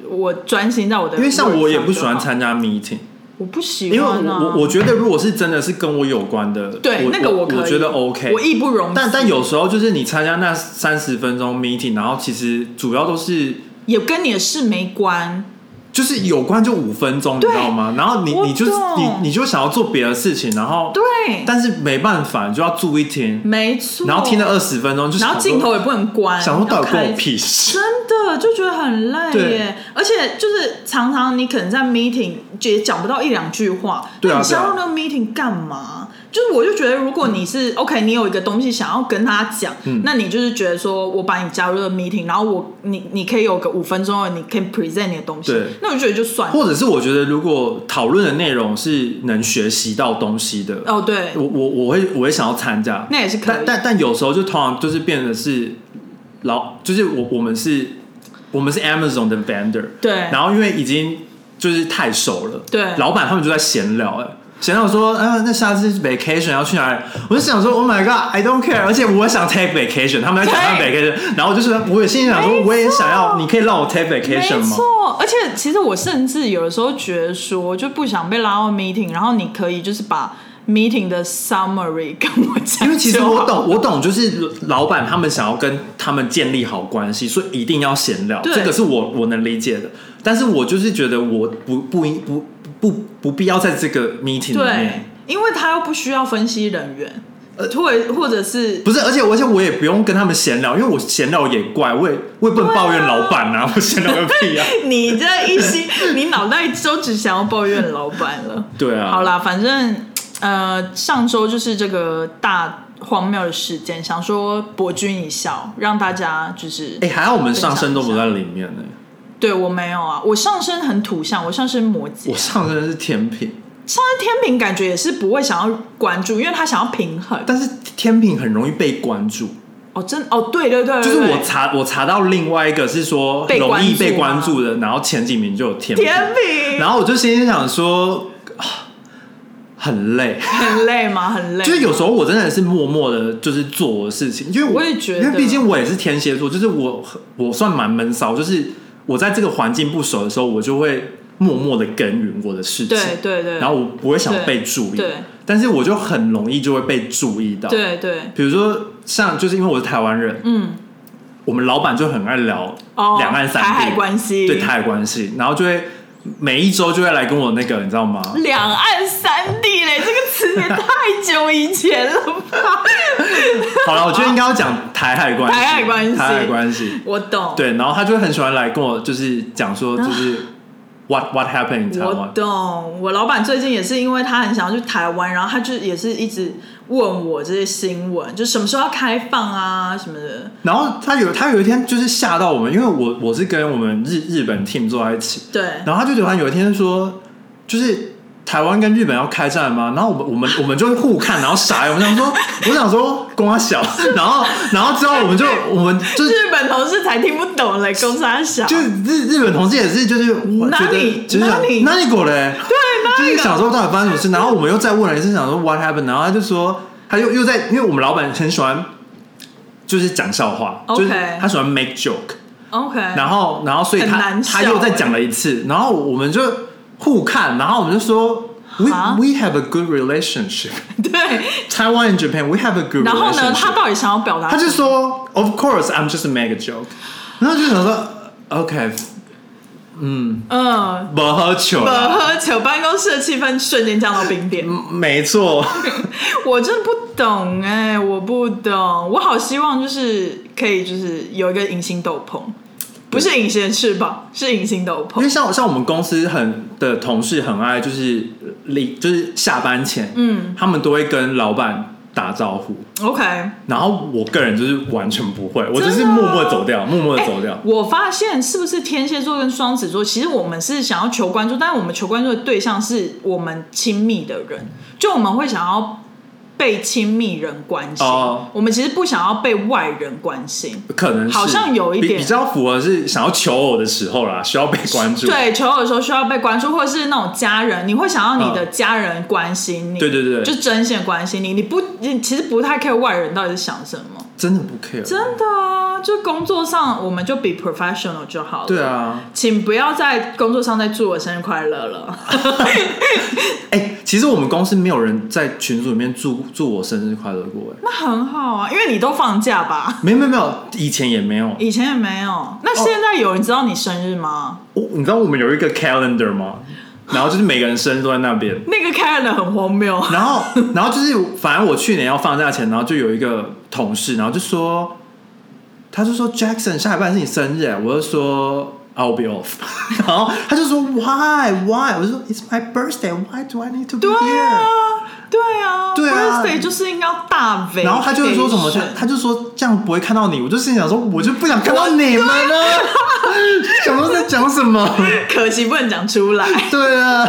Speaker 1: 我专心在我的，
Speaker 2: 因为像我也不喜欢，参加 meeting，
Speaker 1: 我不喜
Speaker 2: 因为
Speaker 1: 欢、
Speaker 2: 我
Speaker 1: 啊，
Speaker 2: 我我觉得如果是真的是跟我有关的，
Speaker 1: 对
Speaker 2: 我
Speaker 1: 那个
Speaker 2: 我
Speaker 1: 可以，
Speaker 2: 觉得 OK，
Speaker 1: 我义不容辞，
Speaker 2: 但但有时候就是你参加那三十分钟 meeting，然后其实主要都是
Speaker 1: 也跟你的事没关。
Speaker 2: 就是有关就五分钟，你知
Speaker 1: 对
Speaker 2: 道吗？然后你
Speaker 1: 我
Speaker 2: 你就是
Speaker 1: 懂
Speaker 2: 你你就想要做别的事情，然后
Speaker 1: 对，
Speaker 2: 但是没办法，你就要注意听，
Speaker 1: 没错。
Speaker 2: 然后听了，二十分钟，就
Speaker 1: 然
Speaker 2: 想
Speaker 1: 后
Speaker 2: 说
Speaker 1: 镜头也不能关，
Speaker 2: 想说到底
Speaker 1: 要
Speaker 2: 关
Speaker 1: 开
Speaker 2: 我 屁事，
Speaker 1: 真的就觉得很累
Speaker 2: 对
Speaker 1: 耶，而且就是常常你可能在 meeting 也讲不到一两句话，
Speaker 2: 对啊
Speaker 1: 那你加入
Speaker 2: 对
Speaker 1: 那个 meeting 干嘛？就是我就觉得，如果你是、OK，你有一个东西想要跟他讲，
Speaker 2: 嗯
Speaker 1: 那你就是觉得说我把你加入了 meeting，然后我你你可以有个五分钟的，你可以 present 你的东西
Speaker 2: 对，
Speaker 1: 那我就觉得就算了。
Speaker 2: 或者是我觉得如果讨论的内容是能学习到东西的，
Speaker 1: 哦，对
Speaker 2: 我，我我会我会想要参加，
Speaker 1: 那也是可以
Speaker 2: 但但但有时候就通常就是变得是老，就是我我们是我们是 Amazon 的 vendor，
Speaker 1: 对
Speaker 2: 然后因为已经就是太熟了，
Speaker 1: 对
Speaker 2: 老板他们就在闲聊、哎。闲聊说，啊，那下次 vacation 要去哪里？我就想说，Oh my God，I don't care。而且我想 take vacation，他们在讲他们 vacation，然后我就是，我也心里想
Speaker 1: 没
Speaker 2: 说，
Speaker 1: 错
Speaker 2: 我也想要，你可以让我 take
Speaker 1: 没
Speaker 2: vacation 吗？
Speaker 1: 错，而且其实我甚至有的时候觉得说，就不想被拉到 meeting，然后你可以就是把 meeting 的 summary 跟我讲，
Speaker 2: 因为其实我。懂，我懂，就是老板他们想要跟他们建立好关系，所以一定要闲聊，
Speaker 1: 对
Speaker 2: 这个是我我能理解的。但是我就是觉得我不不应不不不不必要在这个 meeting 里
Speaker 1: 对
Speaker 2: 面，，
Speaker 1: 因为他又不需要分析人员，
Speaker 2: 呃
Speaker 1: 或者或者是
Speaker 2: 不是，而且而且我也不用跟他们闲聊，因为我闲聊也怪，我也我也不能抱怨老板啊，我闲聊个屁 啊！
Speaker 1: 你这一心，你脑袋都只想要抱怨老板了。
Speaker 2: 对啊，
Speaker 1: 好，啦，反正呃，上周就是这个大荒谬的事件，想说博君一笑，让大家就是
Speaker 2: 哎、还好我们上身都不在里面呢、
Speaker 1: 对我没有啊，我上身很土象，我上身摩羯
Speaker 2: 我，上身是天平，
Speaker 1: 上身天平感觉也是不会想要关注，因为他想要平衡。
Speaker 2: 但是天平很容易被关注，
Speaker 1: 哦，真哦，对对对，对
Speaker 2: 就是
Speaker 1: 对
Speaker 2: 我查我查到另外一个是说
Speaker 1: 被
Speaker 2: 容
Speaker 1: 关
Speaker 2: 易
Speaker 1: 注
Speaker 2: 被
Speaker 1: 吗
Speaker 2: 关注的，然后前几名就有甜品，
Speaker 1: 甜品
Speaker 2: 然后我就心里想说，啊很累。
Speaker 1: 很累吗？很累，
Speaker 2: 就是有时候我真的是默默的，就是做我的事情，因为
Speaker 1: 我也觉得
Speaker 2: 因为毕竟我也是天蝎座，就是我我算蛮闷骚，就是我在这个环境不熟的时候，我就会默默的耕耘我的事情，
Speaker 1: 对对对，
Speaker 2: 然后我不会想被注意
Speaker 1: 对对，
Speaker 2: 但是我就很容易就会被注意到。
Speaker 1: 对对，
Speaker 2: 比如说像就是因为我是台湾人，
Speaker 1: 嗯，
Speaker 2: 我们老板就很爱聊
Speaker 1: 哦，
Speaker 2: 两岸三地、
Speaker 1: 台海关系，
Speaker 2: 对台海关系，然后就会每一周就会来跟我那个，你知 道吗？
Speaker 1: 两岸三地嘞，这个词也太久以前了 吧？
Speaker 2: 好了，我觉得应该要讲台海关系，
Speaker 1: 台海关系
Speaker 2: 台海关系。
Speaker 1: 我懂，
Speaker 2: 对，然后他就会很喜欢来跟我就是讲说，
Speaker 1: 啊
Speaker 2: 就是 what what happened in 台
Speaker 1: 我
Speaker 2: 湾。
Speaker 1: 懂。我老板最近也是因为他很想要去台湾，然后他就也是一直问我这些新闻，就什么时候要开放啊什么的。
Speaker 2: 然后他有他有一天就是吓到我们，因为我我是跟我们日日本 team 坐在一起，
Speaker 1: 对，
Speaker 2: 然后他就突然有一天说，就是台湾跟日本要开战吗？然后我们我们我们就互看，然后傻眼。我们想说，我想说公阿小，然后然后之后我们就我们就是
Speaker 1: 日本同事才听不懂嘞，公司还小，
Speaker 2: 就日日本同事也是，就是我觉
Speaker 1: 哪里
Speaker 2: 得就是想
Speaker 1: 哪里
Speaker 2: 哪里 过嘞，
Speaker 1: 哪
Speaker 2: 对，
Speaker 1: 里
Speaker 2: 就是想说到底发生什么事，然后我们又再问了一次，想说 what happened，然后他就说，他又又在，因为我们老板很喜欢就是讲笑话
Speaker 1: OK
Speaker 2: 就是他喜欢 make joke，
Speaker 1: OK。
Speaker 2: 然后然后所以
Speaker 1: 很
Speaker 2: 他
Speaker 1: 难笑
Speaker 2: 他又再讲了一次，然后我们就互看，然后我们就说 we
Speaker 1: 哈
Speaker 2: we have a good relationship
Speaker 1: 对，
Speaker 2: Taiwan and Japan we have a good relationship，
Speaker 1: 然后呢，他到底想要表达
Speaker 2: 他
Speaker 1: 什
Speaker 2: 就
Speaker 1: 么？
Speaker 2: 说，Of course, I'm just make a joke。然后就想说，OK，嗯，
Speaker 1: 嗯，
Speaker 2: 不喝酒
Speaker 1: 不
Speaker 2: 啦，
Speaker 1: 喝酒，办公室的气氛瞬间降到冰
Speaker 2: 嗯
Speaker 1: 点。
Speaker 2: 没错，
Speaker 1: 我真的不懂哎、我不懂，我好希望就是可以就是有一个隐形斗篷，不是隐形的翅膀，是隐形斗
Speaker 2: 因
Speaker 1: 篷
Speaker 2: 为。像像我们公司很的同事很爱，就是离就是下班前，
Speaker 1: 嗯
Speaker 2: 他们都会跟老板打招呼。
Speaker 1: ，OK，
Speaker 2: 然后我个人就是完全不会，我
Speaker 1: 真的
Speaker 2: 就是默默走掉，默默的
Speaker 1: 哎
Speaker 2: 走掉。
Speaker 1: 我发现是不是天蝎座跟双子座，其实我们是想要求关注，但是我们求关注的对象是我们亲密的人，就我们会想要被亲密人关心，
Speaker 2: 哦
Speaker 1: 我们其实不想要被外人关心。
Speaker 2: 可能是
Speaker 1: 好像有一
Speaker 2: 比
Speaker 1: 点
Speaker 2: 比较符合是想要求偶的时候啦，需要被关注。
Speaker 1: 对，求偶的时候需要被关注，或者是那种家人，你会想要你的家人关心你，
Speaker 2: 嗯对对对
Speaker 1: 就真心关心你。你不，你其实不太 care 外人到底是想什么，
Speaker 2: 真的不 care。
Speaker 1: 真的啊。就工作上，我们就 be professional 就好了。
Speaker 2: 对，啊，
Speaker 1: 请不要在工作上再祝我生日快乐了。
Speaker 2: 哎、其实我们公司没有人在群组里面祝祝我生日快乐过、哎，
Speaker 1: 那很好啊，因为你都放假吧？
Speaker 2: 没有没有没有，以前也没有。
Speaker 1: 以前也没有。那现在有人知道你生日吗？
Speaker 2: 我你知道我们有一个 calendar 吗？然后就是每个人生日都在那边。
Speaker 1: 那个 calendar 很荒谬。
Speaker 2: 然后，然后就是，反正我去年要放假前，然后就有一个同事，然后就说，他就说 Jackson 下礼拜是你生日，哎我就说 I'll be off，然 后他就说 Why Why，我就说 It's my birthday, Why do I need to be
Speaker 1: 对
Speaker 2: here？
Speaker 1: 啊，对啊，
Speaker 2: 对啊
Speaker 1: Birthday 就是应该要大 V。
Speaker 2: 然后他就是说什么，他他就说这样不会看到你，我就心想说，我就不想看到你们啊， 想说在讲什么？
Speaker 1: 可惜不能讲出 来，
Speaker 2: 对啊，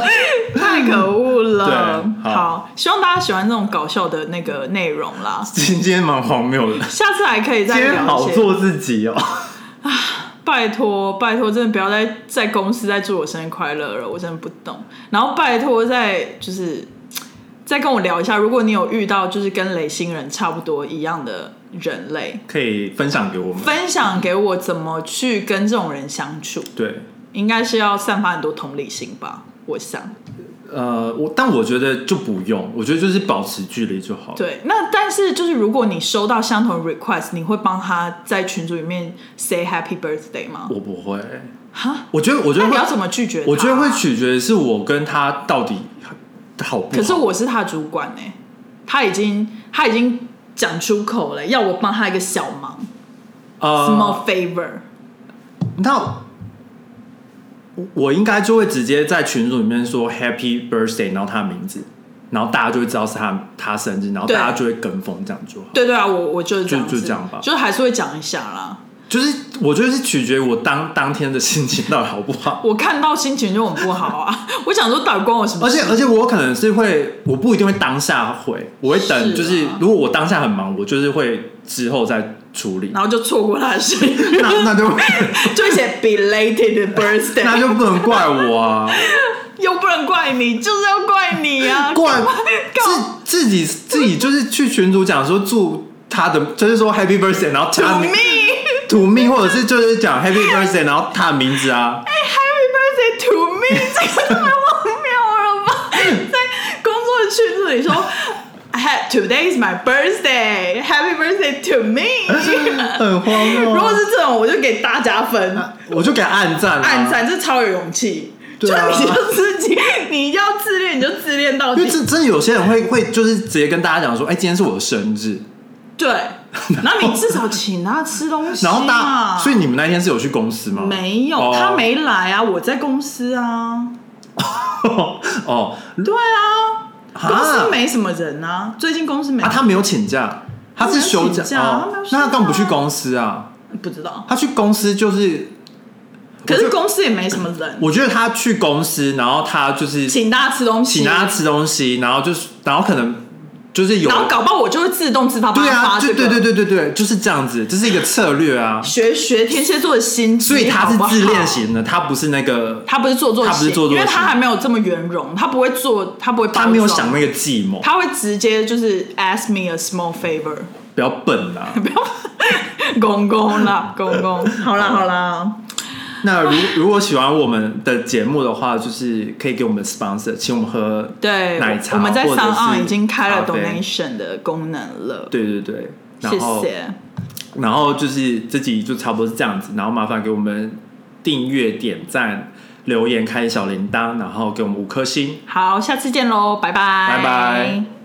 Speaker 1: 太可恶了。
Speaker 2: 对好
Speaker 1: 希望大家喜欢这种搞笑的那个内容啦，
Speaker 2: 今天蛮荒谬 的，
Speaker 1: 下次还可以
Speaker 2: 今
Speaker 1: 再
Speaker 2: 天
Speaker 1: 聊
Speaker 2: 好
Speaker 1: 一些。
Speaker 2: 做自己哦。
Speaker 1: 拜托，拜托，真的不要再在公司再祝我生日快乐了，我真的不懂。然后拜托再就是再跟我聊一下，如果你有遇到就是跟雷星人差不多一样的人类，
Speaker 2: 可以分享给我们，
Speaker 1: 分享给我怎么去跟这种人相处，
Speaker 2: 对，
Speaker 1: 应该是要散发很多同理心吧，我想。
Speaker 2: 呃，我但我觉得就不用，我觉得就是保持距离就好。，
Speaker 1: 对，那但是就是如果你收到相同的 request，你会帮他在群组里面 say happy birthday 吗？
Speaker 2: 我不会，
Speaker 1: 哈，
Speaker 2: 我觉得我觉
Speaker 1: 那
Speaker 2: 得
Speaker 1: 你要
Speaker 2: 会，
Speaker 1: 怎么啊拒绝他？
Speaker 2: 我觉得会取决于是我跟他到底好不好。
Speaker 1: 可是我是他主管哎、他已经他已经讲出口了，要我帮他一个小忙、s m a l
Speaker 2: 呃，
Speaker 1: l favor。
Speaker 2: 那我我应该就会直接在群组里面说 Happy Birthday，然后他的名字，然后大家就会知道是他他生日，然后
Speaker 1: 对
Speaker 2: 大家就会跟风这样就好。
Speaker 1: 对对啊，我我就是这样子
Speaker 2: 就就这样吧
Speaker 1: 就是还是会讲一下啦。
Speaker 2: 就是我觉得是取决于我当当天的心情到底好不好。
Speaker 1: 我看到心情就很不好啊， 我想说到底关我什么
Speaker 2: 而
Speaker 1: 事？
Speaker 2: 且而且我可能是会，我不一定会当下回，我会等，
Speaker 1: 是啊
Speaker 2: 就是如果我当下很忙，我就是会之后再处理，
Speaker 1: 然后就错过他的生日，
Speaker 2: 那那就
Speaker 1: 就会写 belated
Speaker 2: 那
Speaker 1: birthday，
Speaker 2: 就不能怪 我啊，
Speaker 1: 又不能怪你，就是要怪你啊，
Speaker 2: 怪
Speaker 1: 干嘛干嘛
Speaker 2: 自自己自己就是去群主讲说祝他的，就是说 Happy Birthday，然后加
Speaker 1: ，to me。
Speaker 2: 土命，或者是就是讲 Happy Birthday，然后他的名 字啊，
Speaker 1: 哎 Happy birthday to me，这个太荒谬了吧？在工作群组里说，“Ha-，Today is my birthday, Happy birthday to me。
Speaker 2: 很荒谬
Speaker 1: 如
Speaker 2: 啊。
Speaker 1: 果是这种，我就给大家分，
Speaker 2: 我就给他暗赞啊，
Speaker 1: 暗赞，这超有勇气。
Speaker 2: 对啊
Speaker 1: 就你就自己，你要自恋，你就自恋到
Speaker 2: 因为
Speaker 1: 底。
Speaker 2: 真真的有些人会会就是直接跟大家讲说，哎、今天是我的生日，
Speaker 1: 对，然后你至少请他吃东西
Speaker 2: 然后大，
Speaker 1: 嘛。
Speaker 2: 所以你们那天是有去公司吗？
Speaker 1: 啊没有，
Speaker 2: 哦
Speaker 1: 他没来啊，我在公司啊。
Speaker 2: 哦，
Speaker 1: 对啊，
Speaker 2: 哈
Speaker 1: 公司没什么人啊，最近公司没
Speaker 2: 啊，他没有请假，他是休
Speaker 1: 他没有请假
Speaker 2: 哦
Speaker 1: 他没有休假
Speaker 2: 那他干嘛不去公司啊？
Speaker 1: 不知道。
Speaker 2: 他去公司就是，
Speaker 1: 可
Speaker 2: 我
Speaker 1: 是
Speaker 2: 觉得
Speaker 1: 公司也没什么人，
Speaker 2: 我觉得他去公司，然后他就是
Speaker 1: 请大家吃东西，
Speaker 2: 请大家吃东西，然后就是，然后可能就是有
Speaker 1: 然后搞不好我就会自动自发帮
Speaker 2: 对
Speaker 1: 他
Speaker 2: 啊，
Speaker 1: 发这
Speaker 2: 就
Speaker 1: 个。
Speaker 2: 对对对对对，就是这样子，这是一个策 略啊。
Speaker 1: 学学天蝎座的心机，
Speaker 2: 所以他
Speaker 1: 好
Speaker 2: 是
Speaker 1: 不好
Speaker 2: 自恋，型的，他不是那个，
Speaker 1: 他不是做作型，
Speaker 2: 他不是做作型
Speaker 1: 因为他还没有这么圆融，他不会做，他不会，
Speaker 2: 他没有想，那个计谋，
Speaker 1: 他会直接就是 ask me a small favor，
Speaker 2: 比较笨啊。
Speaker 1: 不要公公啦，公 公，好
Speaker 2: 哦
Speaker 1: 啦好啦，
Speaker 2: 那如如果喜欢我们的节目的话，就是可以给我们 sponsor，请我们喝
Speaker 1: 对，
Speaker 2: 奶茶，
Speaker 1: 我们在
Speaker 2: 或者
Speaker 1: 上岸
Speaker 2: 是
Speaker 1: 已经开了
Speaker 2: 咖啡
Speaker 1: donation 的功能了，
Speaker 2: 对对对，然
Speaker 1: 谢
Speaker 2: 后
Speaker 1: 谢。
Speaker 2: 然后就是这集就差不多是这样子，然后麻烦给我们订阅、点赞、留言、开小铃铛，然后给我们五颗星。
Speaker 1: 好，下次见喽，拜拜，
Speaker 2: 拜拜。